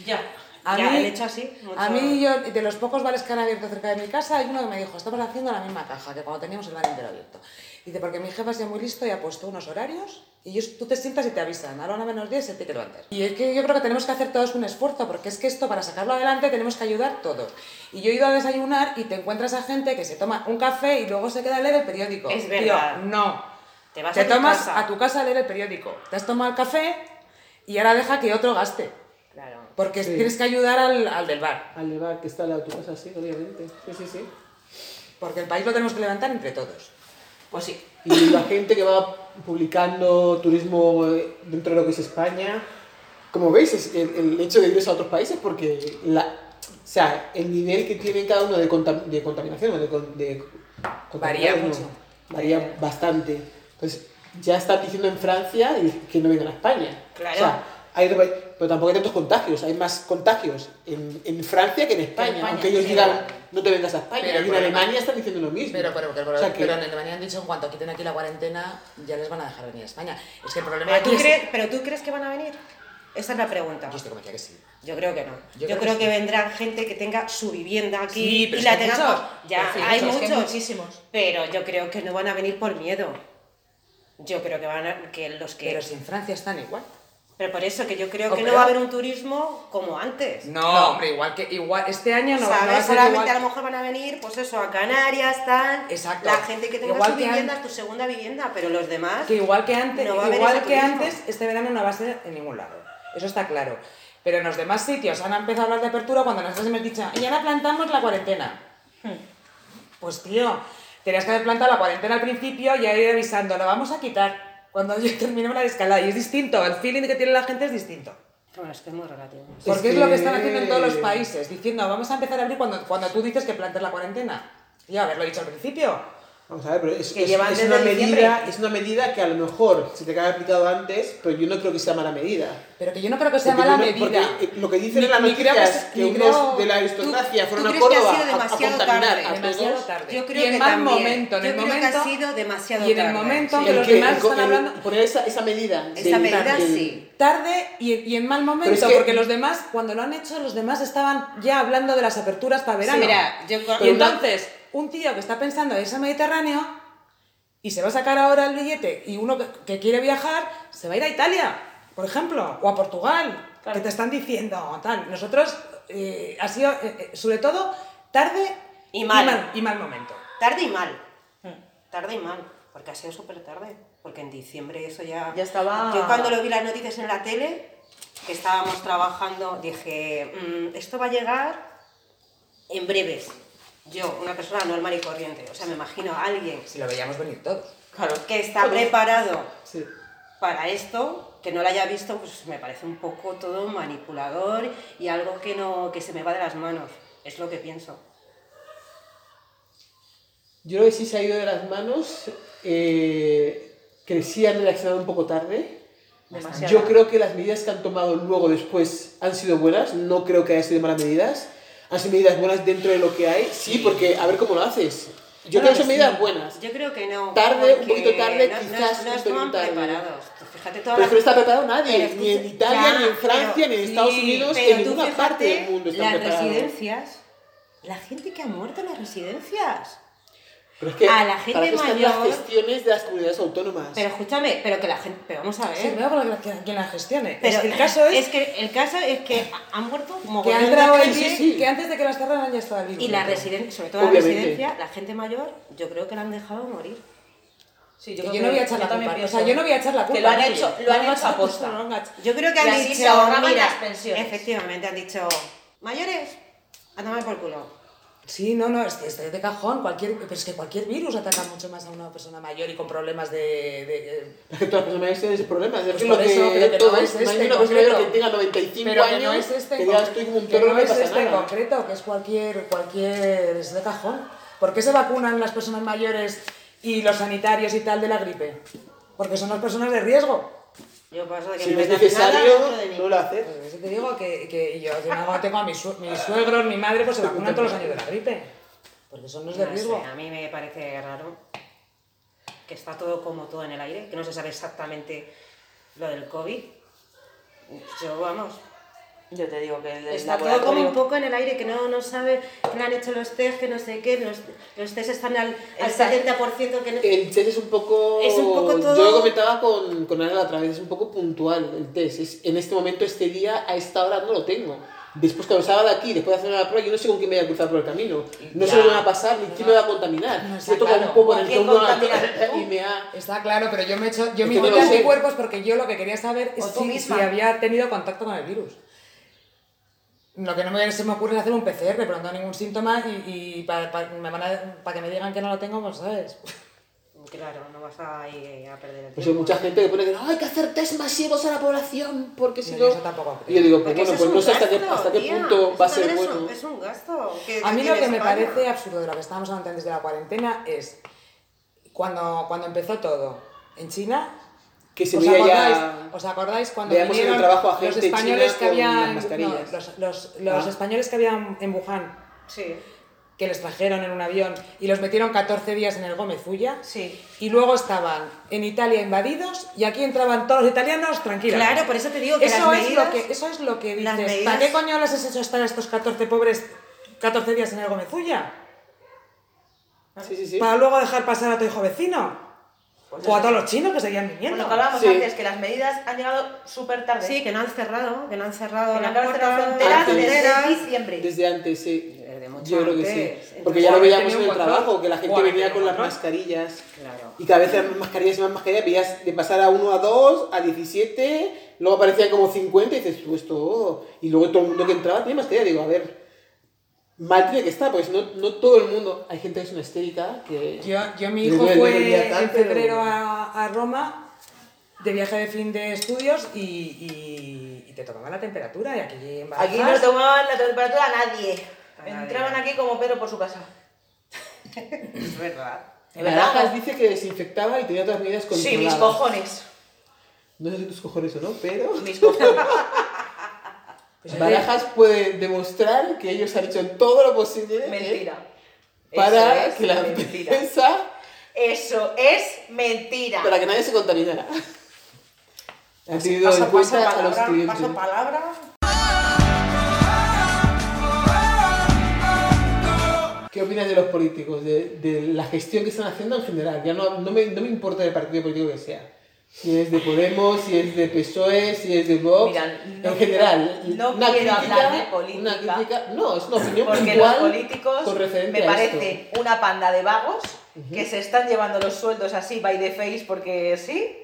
Speaker 3: Ya.
Speaker 2: A
Speaker 4: Ya,
Speaker 2: mí,
Speaker 4: el hecho así, mucho-
Speaker 2: a mí yo, de los pocos bares que han abierto cerca de mi casa, hay uno que me dijo, estamos haciendo la misma caja que cuando teníamos el bar entero abierto. Dice, porque mi jefa ha sido muy listo y ha puesto unos horarios y ellos, tú te sientas y te avisan, a la hora menos 10 el ticket va a entrar". Y es que yo creo que tenemos que hacer todos un esfuerzo, porque es que esto, para sacarlo adelante, tenemos que ayudar todos. Y yo he ido a desayunar y te encuentras a gente que se toma un café y luego se queda a leer el periódico.
Speaker 4: Es
Speaker 2: Tío,
Speaker 4: verdad.
Speaker 2: no.
Speaker 4: Te vas
Speaker 2: Te
Speaker 4: a tu
Speaker 2: tomas
Speaker 4: casa.
Speaker 2: a tu casa a leer el periódico. Te has tomado el café y ahora deja que otro gaste.
Speaker 4: Claro.
Speaker 2: Porque
Speaker 1: Sí.
Speaker 2: tienes que ayudar al, al del bar.
Speaker 1: Al Eva, que está al lado de tu casa, sí, obviamente. Sí, sí, sí.
Speaker 2: Porque el país lo tenemos que levantar entre todos.
Speaker 3: Pues sí.
Speaker 1: Y la gente que va publicando turismo eh, dentro de lo que es España, como veis, es el, el hecho de irse a otros países, porque la, o sea, el nivel que tiene cada uno de, contam- de contaminación, o de, con- de-
Speaker 2: Varía
Speaker 1: contaminación,
Speaker 2: mucho.
Speaker 1: Varía bastante. Entonces, ya están diciendo en Francia y- que no vengan a España.
Speaker 4: Claro.
Speaker 1: O sea, hay, pero tampoco hay tantos contagios, hay más contagios en, en Francia que en España,
Speaker 4: España,
Speaker 1: aunque ellos
Speaker 4: sí.
Speaker 1: digan no te vengas a España,
Speaker 2: Pero
Speaker 1: y en
Speaker 2: por-
Speaker 1: Alemania están diciendo lo mismo.
Speaker 2: Pero, pero, pero,
Speaker 1: O sea que-
Speaker 2: pero en Alemania han dicho, en cuanto quiten aquí la cuarentena, ya les van a dejar venir a España. Es que el problema
Speaker 4: Pero
Speaker 2: aquí
Speaker 4: ¿tú,
Speaker 2: es...
Speaker 4: crees, pero tú crees que van a venir? Esa es la pregunta.
Speaker 2: Yo estoy convencida que sí.
Speaker 4: Yo creo que no.
Speaker 2: Yo creo
Speaker 4: Yo,
Speaker 2: que
Speaker 4: creo que,
Speaker 2: sí.
Speaker 4: vendrá gente que tenga su vivienda aquí
Speaker 2: Sí, pero
Speaker 4: y
Speaker 2: es
Speaker 4: la
Speaker 2: que hay
Speaker 4: tenga.
Speaker 2: muchos.
Speaker 4: Ya,
Speaker 2: Sí, muchos,
Speaker 4: hay muchos.
Speaker 2: es que hay
Speaker 3: muchísimos.
Speaker 4: Pero yo creo que no van a venir por miedo. Yo creo que van a, que los que.
Speaker 2: Pero
Speaker 4: Pero,
Speaker 2: si en Francia están igual.
Speaker 4: por eso que yo creo
Speaker 2: O
Speaker 4: que no
Speaker 2: peor.
Speaker 4: va a haber un turismo como antes.
Speaker 2: hombre, igual que igual este año no, no va a
Speaker 4: ¿Sabes?
Speaker 2: ser
Speaker 4: Solamente a
Speaker 2: igual.
Speaker 4: lo mejor van a venir, pues eso, a Canarias, tal.
Speaker 2: Exacto.
Speaker 4: La gente que tenga
Speaker 2: Igual
Speaker 4: su
Speaker 2: que
Speaker 4: vivienda,
Speaker 2: antes.
Speaker 4: tu segunda vivienda, pero los demás.
Speaker 2: Que igual que antes,
Speaker 4: No va a haber
Speaker 2: igual
Speaker 4: ese
Speaker 2: que
Speaker 4: turismo.
Speaker 2: antes, este verano no va a ser en ningún lado. Eso está claro. Pero en los demás sitios han empezado a hablar de apertura cuando nosotros hemos dicho, y ahora plantamos la cuarentena.
Speaker 4: Hmm.
Speaker 2: Pues tío, tenías que haber plantado la cuarentena al principio y ahí avisando, la vamos a quitar cuando yo terminemos la escalada. Y es distinto, el feeling que tiene la gente es distinto.
Speaker 4: Bueno, es que es muy relativo.
Speaker 1: Es
Speaker 2: Porque es, lo
Speaker 1: que-
Speaker 2: que están haciendo en todos los países, diciendo, vamos a empezar a abrir cuando, cuando tú dices que plantes la cuarentena. Tío, haberlo dicho al principio.
Speaker 1: Vamos a ver, pero es,
Speaker 4: Que
Speaker 1: es-
Speaker 4: llevan
Speaker 1: es
Speaker 4: desde
Speaker 1: una medida,
Speaker 4: diciembre.
Speaker 1: es una medida que a lo mejor se te ha aplicado antes, pero yo no creo que sea mala medida.
Speaker 2: Pero que yo no creo que sea
Speaker 1: Porque
Speaker 2: mala
Speaker 1: yo no-
Speaker 2: medida.
Speaker 1: porque, eh, lo que dicen
Speaker 2: Ni-
Speaker 1: en las
Speaker 2: ni creo
Speaker 1: noticias, que,
Speaker 2: se- ni
Speaker 1: unos
Speaker 2: creo-
Speaker 1: de la aristocracia
Speaker 4: ¿Tú
Speaker 1: fueron a
Speaker 4: crees que ha
Speaker 1: Córdoba
Speaker 4: sido
Speaker 1: a- a,
Speaker 4: demasiado
Speaker 1: contaminar
Speaker 4: tarde?
Speaker 1: a
Speaker 2: demasiado
Speaker 1: todos.
Speaker 2: tarde.
Speaker 4: Yo creo
Speaker 2: y en
Speaker 4: que
Speaker 2: mal
Speaker 4: también.
Speaker 2: momento, en
Speaker 4: Yo
Speaker 2: el
Speaker 4: creo que ha
Speaker 2: momento
Speaker 4: sido demasiado
Speaker 2: y en el
Speaker 4: tarde.
Speaker 2: momento
Speaker 4: Sí.
Speaker 2: que
Speaker 1: El
Speaker 2: los
Speaker 1: que-
Speaker 2: demás
Speaker 1: el co-
Speaker 2: están
Speaker 1: el-
Speaker 2: hablando
Speaker 1: Poner esa, esa medida.
Speaker 4: Esa
Speaker 1: del-
Speaker 4: medida
Speaker 1: del-
Speaker 4: sí.
Speaker 2: tarde y, en- y en mal momento,
Speaker 1: es que-
Speaker 2: porque los demás cuando lo han hecho, los demás estaban ya hablando de las aperturas para verano.
Speaker 4: mira, yo con-
Speaker 2: y
Speaker 1: Pero una-
Speaker 2: entonces un tío que está pensando en ese Mediterráneo y se va a sacar ahora el billete y uno que, que quiere viajar se va a ir a Italia, por ejemplo, o a Portugal,
Speaker 4: Claro.
Speaker 2: que te están diciendo tal. Nosotros eh, ha sido eh, eh, sobre todo tarde
Speaker 4: Y mal.
Speaker 2: y mal momento.
Speaker 4: Tarde y mal. Tarde y mal. Porque ha sido súper tarde. Porque en diciembre eso ya.
Speaker 3: Ya estaba-
Speaker 4: Yo cuando lo vi las noticias en la tele, que estábamos trabajando, dije, "Mm, esto va a llegar en breves. Yo, una persona normal y corriente, o sea, me imagino a alguien
Speaker 2: Si lo veíamos venir todos.
Speaker 3: Claro.
Speaker 4: que está preparado
Speaker 1: Sí.
Speaker 4: para esto, que no lo haya visto, pues me parece un poco todo manipulador y algo que no que se me va de las manos. Es lo que pienso.
Speaker 1: Yo creo que sí se ha ido de las manos. Eh, que sí han reaccionado un poco tarde.
Speaker 3: Demasiado.
Speaker 1: Yo creo que las medidas que han tomado luego después han sido buenas. No creo que hayan sido malas medidas. Han sido medidas buenas dentro de lo que hay. Sí, porque a ver cómo lo haces. Yo creo que son medidas buenas.
Speaker 4: Yo creo que no.
Speaker 1: Tarde, un
Speaker 4: porque
Speaker 1: poquito tarde,
Speaker 4: no- no-
Speaker 1: quizás
Speaker 4: No,
Speaker 1: un pelín
Speaker 4: estaban
Speaker 1: tarde.
Speaker 4: preparados. Fíjate toda
Speaker 1: Pero es que no está preparado
Speaker 4: Pero
Speaker 1: nadie,
Speaker 4: escucha-
Speaker 1: ni en Italia,
Speaker 4: ya,
Speaker 1: ni en Francia,
Speaker 4: pero-
Speaker 1: ni en
Speaker 4: sí,
Speaker 1: Estados Unidos,
Speaker 4: pero
Speaker 1: en
Speaker 4: tú
Speaker 1: ninguna
Speaker 4: fíjate
Speaker 1: parte del mundo está
Speaker 4: Las
Speaker 1: preparado.
Speaker 4: residencias, la gente que ha muerto en las residencias.
Speaker 1: Pero es que
Speaker 4: a la gente
Speaker 1: para eso están las
Speaker 4: mayor-
Speaker 1: gestiones de las comunidades autónomas.
Speaker 4: Pero escúchame, pero que la gente, pero vamos a ver.
Speaker 2: Sí, me hago la- que- quien la gestione.
Speaker 4: Pero
Speaker 2: Es que el caso es,
Speaker 4: que el caso es que ha- han muerto como
Speaker 2: que, han entrado
Speaker 1: entrado
Speaker 2: allí,
Speaker 1: en sí, sí.
Speaker 2: que antes de que las cerraran ya estaba vivo.
Speaker 4: y la residencia, sobre todo la
Speaker 1: Obviamente.
Speaker 4: residencia, la gente mayor, yo creo que la han dejado morir.
Speaker 3: Sí,
Speaker 2: Que
Speaker 3: creo
Speaker 2: yo no voy a
Speaker 3: que-
Speaker 2: echar
Speaker 3: yo
Speaker 2: la
Speaker 3: también
Speaker 2: culpa. O
Speaker 3: pienso
Speaker 2: sea, yo no voy a echar la culpa.
Speaker 3: Que lo han
Speaker 2: a nadie.
Speaker 3: hecho, lo han
Speaker 2: No,
Speaker 3: hecho a posta.
Speaker 2: no, no, no.
Speaker 4: Yo creo
Speaker 3: Y
Speaker 4: que han
Speaker 3: así
Speaker 4: dicho,
Speaker 3: se ahorraban
Speaker 4: mira,
Speaker 3: las pensiones.
Speaker 4: efectivamente han dicho, mayores, a tomar por culo.
Speaker 2: Sí, no, no, es que es de cajón. Cualquier, pero es que cualquier virus ataca mucho más a una persona mayor y con problemas de. de-
Speaker 1: Es que todas las personas tienen ese problema. Es
Speaker 2: Pues
Speaker 1: lo
Speaker 2: por
Speaker 1: que
Speaker 2: eso, pero que
Speaker 1: todo
Speaker 2: no es
Speaker 1: es,
Speaker 2: este
Speaker 1: imagina
Speaker 2: en
Speaker 1: una persona mayor que
Speaker 2: concreto.
Speaker 1: tenga 95
Speaker 2: pero
Speaker 1: años,
Speaker 2: que no es este
Speaker 1: que
Speaker 2: en
Speaker 1: ya
Speaker 2: concreto.
Speaker 1: estoy como un
Speaker 2: que
Speaker 1: perro,
Speaker 2: no
Speaker 1: no me
Speaker 2: es
Speaker 1: pasa
Speaker 2: este en
Speaker 1: nada.
Speaker 2: concreto, que es cualquier, cualquier. es de cajón. ¿Por qué se vacunan las personas mayores y los sanitarios y tal de la gripe? Porque son las personas de riesgo.
Speaker 4: Yo paso de que
Speaker 1: Si
Speaker 4: no
Speaker 1: no es
Speaker 4: metan nada
Speaker 1: necesario,
Speaker 4: dentro de mí.
Speaker 1: no lo haces.
Speaker 2: Por Pues eso te digo que, que yo yo no tengo a mis, sue- mis suegros, mi madre, pues se vacunan todos los años de la gripe. Porque son los de
Speaker 4: No sé,
Speaker 2: riesgo.
Speaker 4: a mí me parece raro que está todo como todo en el aire, que no se sabe exactamente lo del COVID. Yo, vamos,
Speaker 3: Yo te digo que el del
Speaker 4: Está todo
Speaker 3: laboratorio-
Speaker 4: como un poco en el aire, que no, no sabe, que no han hecho los test, que no sé qué, los, los test están al, al
Speaker 3: Está-
Speaker 4: 70%, que no...
Speaker 1: El test es un poco...
Speaker 4: Es un poco todo-
Speaker 1: Yo lo comentaba con, con Ana la otra vez, es un poco puntual el test. Es, en este momento, este día, a esta hora no lo tengo. Después, cuando salga de aquí, después de hacer la prueba, yo no sé con quién me voy a cruzar por el camino. No sé
Speaker 2: Ya.
Speaker 1: lo que me va a pasar, ni quién me va a contaminar.
Speaker 2: No,
Speaker 1: No,
Speaker 2: está
Speaker 1: yo toco
Speaker 2: claro.
Speaker 1: un poco
Speaker 3: ¿Con
Speaker 1: en el que
Speaker 3: quién
Speaker 1: uno la
Speaker 3: contaminas tú?
Speaker 1: y me ha...
Speaker 2: Está claro, pero yo me he hecho, yo
Speaker 1: Es
Speaker 2: me
Speaker 1: que no
Speaker 2: hice
Speaker 1: lo
Speaker 2: test
Speaker 1: sé.
Speaker 2: de cuerpos porque yo lo que quería saber es
Speaker 3: O tú
Speaker 2: si,
Speaker 3: misma.
Speaker 2: si había tenido contacto con el virus. Lo que no me, se me ocurre es hacer un PCR, pero no tengo ningún síntoma y, y para que me digan que no lo tengo, pues sabes.
Speaker 4: Claro, no vas a ir a perder el
Speaker 1: Pues hay
Speaker 4: tiempo.
Speaker 1: mucha gente que pone que no, hay que hacer test masivos a la población, porque si
Speaker 2: No,
Speaker 1: no...
Speaker 2: yo eso tampoco
Speaker 1: Y yo digo, pues
Speaker 4: Porque
Speaker 1: bueno, pues
Speaker 4: eso es
Speaker 1: no
Speaker 4: un
Speaker 1: sé hasta qué,
Speaker 4: gasto,
Speaker 1: hasta qué
Speaker 4: tía,
Speaker 1: punto
Speaker 4: eso
Speaker 1: va a ser
Speaker 4: también es
Speaker 1: bueno.
Speaker 4: un- es un gasto.
Speaker 2: A mí lo
Speaker 4: tiene
Speaker 2: que me
Speaker 4: España.
Speaker 2: parece absurdo de lo que estábamos hablando antes de la cuarentena es cuando, cuando empezó todo en China.
Speaker 1: Que se
Speaker 2: ¿os
Speaker 1: veía
Speaker 2: acordáis,
Speaker 1: ya-
Speaker 2: ¿Os acordáis cuando
Speaker 1: veíamos en el
Speaker 2: vinieron
Speaker 1: trabajo a
Speaker 2: los
Speaker 1: gente china
Speaker 2: españoles que
Speaker 1: con las
Speaker 2: habían
Speaker 1: mascarillas?
Speaker 2: no, los, los- los
Speaker 1: Ah.
Speaker 2: españoles que habían en Wuhan
Speaker 4: Sí,
Speaker 2: que les trajeron en un avión y los metieron 14 días en el Gómezulla
Speaker 4: sí.
Speaker 2: y luego estaban en Italia invadidos y aquí entraban todos los italianos tranquilos.
Speaker 4: Claro, por eso te digo que
Speaker 2: Eso,
Speaker 4: las
Speaker 2: es
Speaker 4: medidas-
Speaker 2: lo que, eso es lo que
Speaker 4: las
Speaker 2: dices.
Speaker 4: medidas-
Speaker 2: ¿Para qué coño les has hecho estar a estos 14 pobres 14 días en el Gómezulla?
Speaker 1: Sí, sí, sí.
Speaker 2: Para luego dejar pasar a tu hijo vecino.
Speaker 4: Pues
Speaker 2: o a todos los chinos que seguían
Speaker 3: Con
Speaker 2: viniendo.
Speaker 3: lo que hablábamos
Speaker 1: Sí.
Speaker 3: antes, que las medidas han llegado súper tarde.
Speaker 4: Sí, que no han cerrado, que no han cerrado
Speaker 3: Que no
Speaker 4: las
Speaker 3: han cerrado
Speaker 4: puertas,
Speaker 3: las fronteras
Speaker 1: desde
Speaker 4: fronteras.
Speaker 3: diciembre.
Speaker 1: Desde antes, sí.
Speaker 4: Desde Eh, mucho
Speaker 1: Yo creo que
Speaker 4: antes.
Speaker 1: sí.
Speaker 4: Entonces,
Speaker 1: Porque ya lo
Speaker 2: ¿cuál
Speaker 1: veíamos
Speaker 2: tenía
Speaker 1: en
Speaker 2: un
Speaker 1: el
Speaker 2: control?
Speaker 1: trabajo, que la gente
Speaker 2: ¿Cuál
Speaker 1: venía
Speaker 2: tenía
Speaker 1: con
Speaker 2: un
Speaker 1: las
Speaker 2: control?
Speaker 1: mascarillas.
Speaker 4: Claro.
Speaker 1: Y cada vez eran más mascarillas y más mascarillas, veías de pasar a 1 a 2, a 17, luego aparecían como 50 y dices, tú esto... oh". Y luego todo el mundo que entraba tenía mascarilla. Digo, a ver, mal tiene que estar, porque si no, no todo el mundo... Hay gente que es una histérica que...
Speaker 2: Yo, yo mi
Speaker 1: le
Speaker 2: hijo
Speaker 1: duele, le duele
Speaker 2: fue en
Speaker 1: tanto, pero-
Speaker 2: febrero a, a Roma de viaje de fin de estudios y, y- y te tomaban la temperatura y aquí en
Speaker 3: Aquí no
Speaker 2: Barajas-
Speaker 3: tomaban la temperatura a nadie.
Speaker 4: A nadie.
Speaker 3: Entraban aquí como Pedro por su casa.
Speaker 4: Es verdad.
Speaker 3: ¿De verdad?
Speaker 1: Barajas dice que desinfectaba y tenía todas las medidas
Speaker 3: Sí,
Speaker 1: controladas.
Speaker 3: mis cojones.
Speaker 1: No sé si tus cojones o no, pero...
Speaker 3: Mis cojones.
Speaker 2: Pues,
Speaker 1: Barajas puede demostrar que ellos han hecho todo lo posible ¿eh?
Speaker 3: Mentira.
Speaker 1: para
Speaker 3: Eso es
Speaker 1: que la
Speaker 3: mentira.
Speaker 1: prensa,
Speaker 3: Eso es mentira.
Speaker 1: para que nadie se contaminara. Han tenido en
Speaker 3: Paso, paso
Speaker 1: cuenta a los
Speaker 3: palabra,
Speaker 1: clientes.
Speaker 3: paso palabra.
Speaker 1: ¿Qué opinas de los políticos? De, de la gestión que están haciendo en general. Ya no, no, me, no me importa el partido político que sea. Si es de Podemos, si es de PSOE, si es de Vox.
Speaker 3: Mira, no
Speaker 1: en general.
Speaker 3: quiero- no
Speaker 1: una
Speaker 3: quiero
Speaker 1: crítica,
Speaker 3: hablar de
Speaker 1: una
Speaker 3: política.
Speaker 1: crítica- no, es una opinión
Speaker 3: Porque los
Speaker 1: puntual
Speaker 3: políticos
Speaker 1: con referente
Speaker 3: me
Speaker 1: a esto.
Speaker 3: parece una panda de vagos que se están llevando los sueldos así by the face porque sí.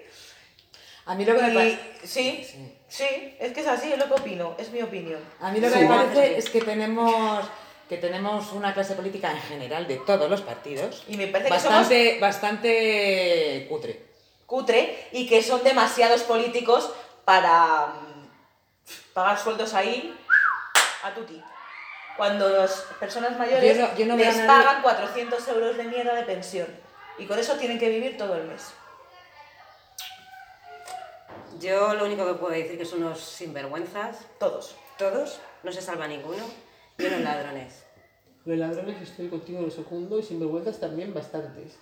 Speaker 2: a mí lo que me
Speaker 3: Y-
Speaker 2: parece...
Speaker 3: sí. Sí, es que es así, es lo que opino, es mi opinión.
Speaker 2: A mí lo que
Speaker 1: Sí.
Speaker 2: me parece es que tenemos que tenemos una clase política en general de todos los partidos
Speaker 3: Y me parece que somos
Speaker 2: bastante bastante cutre.
Speaker 3: cutre y que son demasiados políticos para mm, pagar sueldos ahí a tutti. Cuando las personas mayores
Speaker 2: Yo no- yo no veo a
Speaker 3: les
Speaker 2: nadie-
Speaker 3: pagan 400 euros de mierda de pensión y con eso tienen que vivir todo el mes.
Speaker 4: Yo lo único que puedo decir que son unos sinvergüenzas,
Speaker 3: Todos.
Speaker 4: todos, no se salva ninguno, y unos ladrones.
Speaker 1: Los ladrones estoy contigo en lo segundo y sinvergüenzas también bastantes.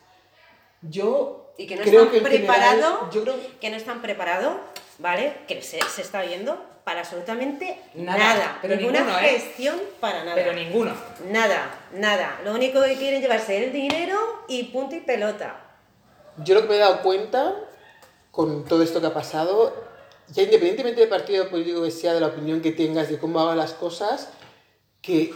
Speaker 1: Yo
Speaker 4: Y que no
Speaker 1: creo
Speaker 4: están
Speaker 1: que en general-
Speaker 4: preparado.
Speaker 1: yo creo
Speaker 4: Que no están preparados, ¿vale? Que se, se está viendo para absolutamente
Speaker 2: Nada,
Speaker 4: nada.
Speaker 2: pero
Speaker 4: Ninguna
Speaker 2: ninguno, ¿eh?
Speaker 4: gestión para nada.
Speaker 2: Pero ninguno.
Speaker 4: Nada, nada. Lo único que quieren es llevarse el dinero y punto y pelota.
Speaker 1: Yo lo que me he dado cuenta con todo esto que ha pasado, ya independientemente del partido político que sea, de la opinión que tengas, de cómo hagan las cosas, que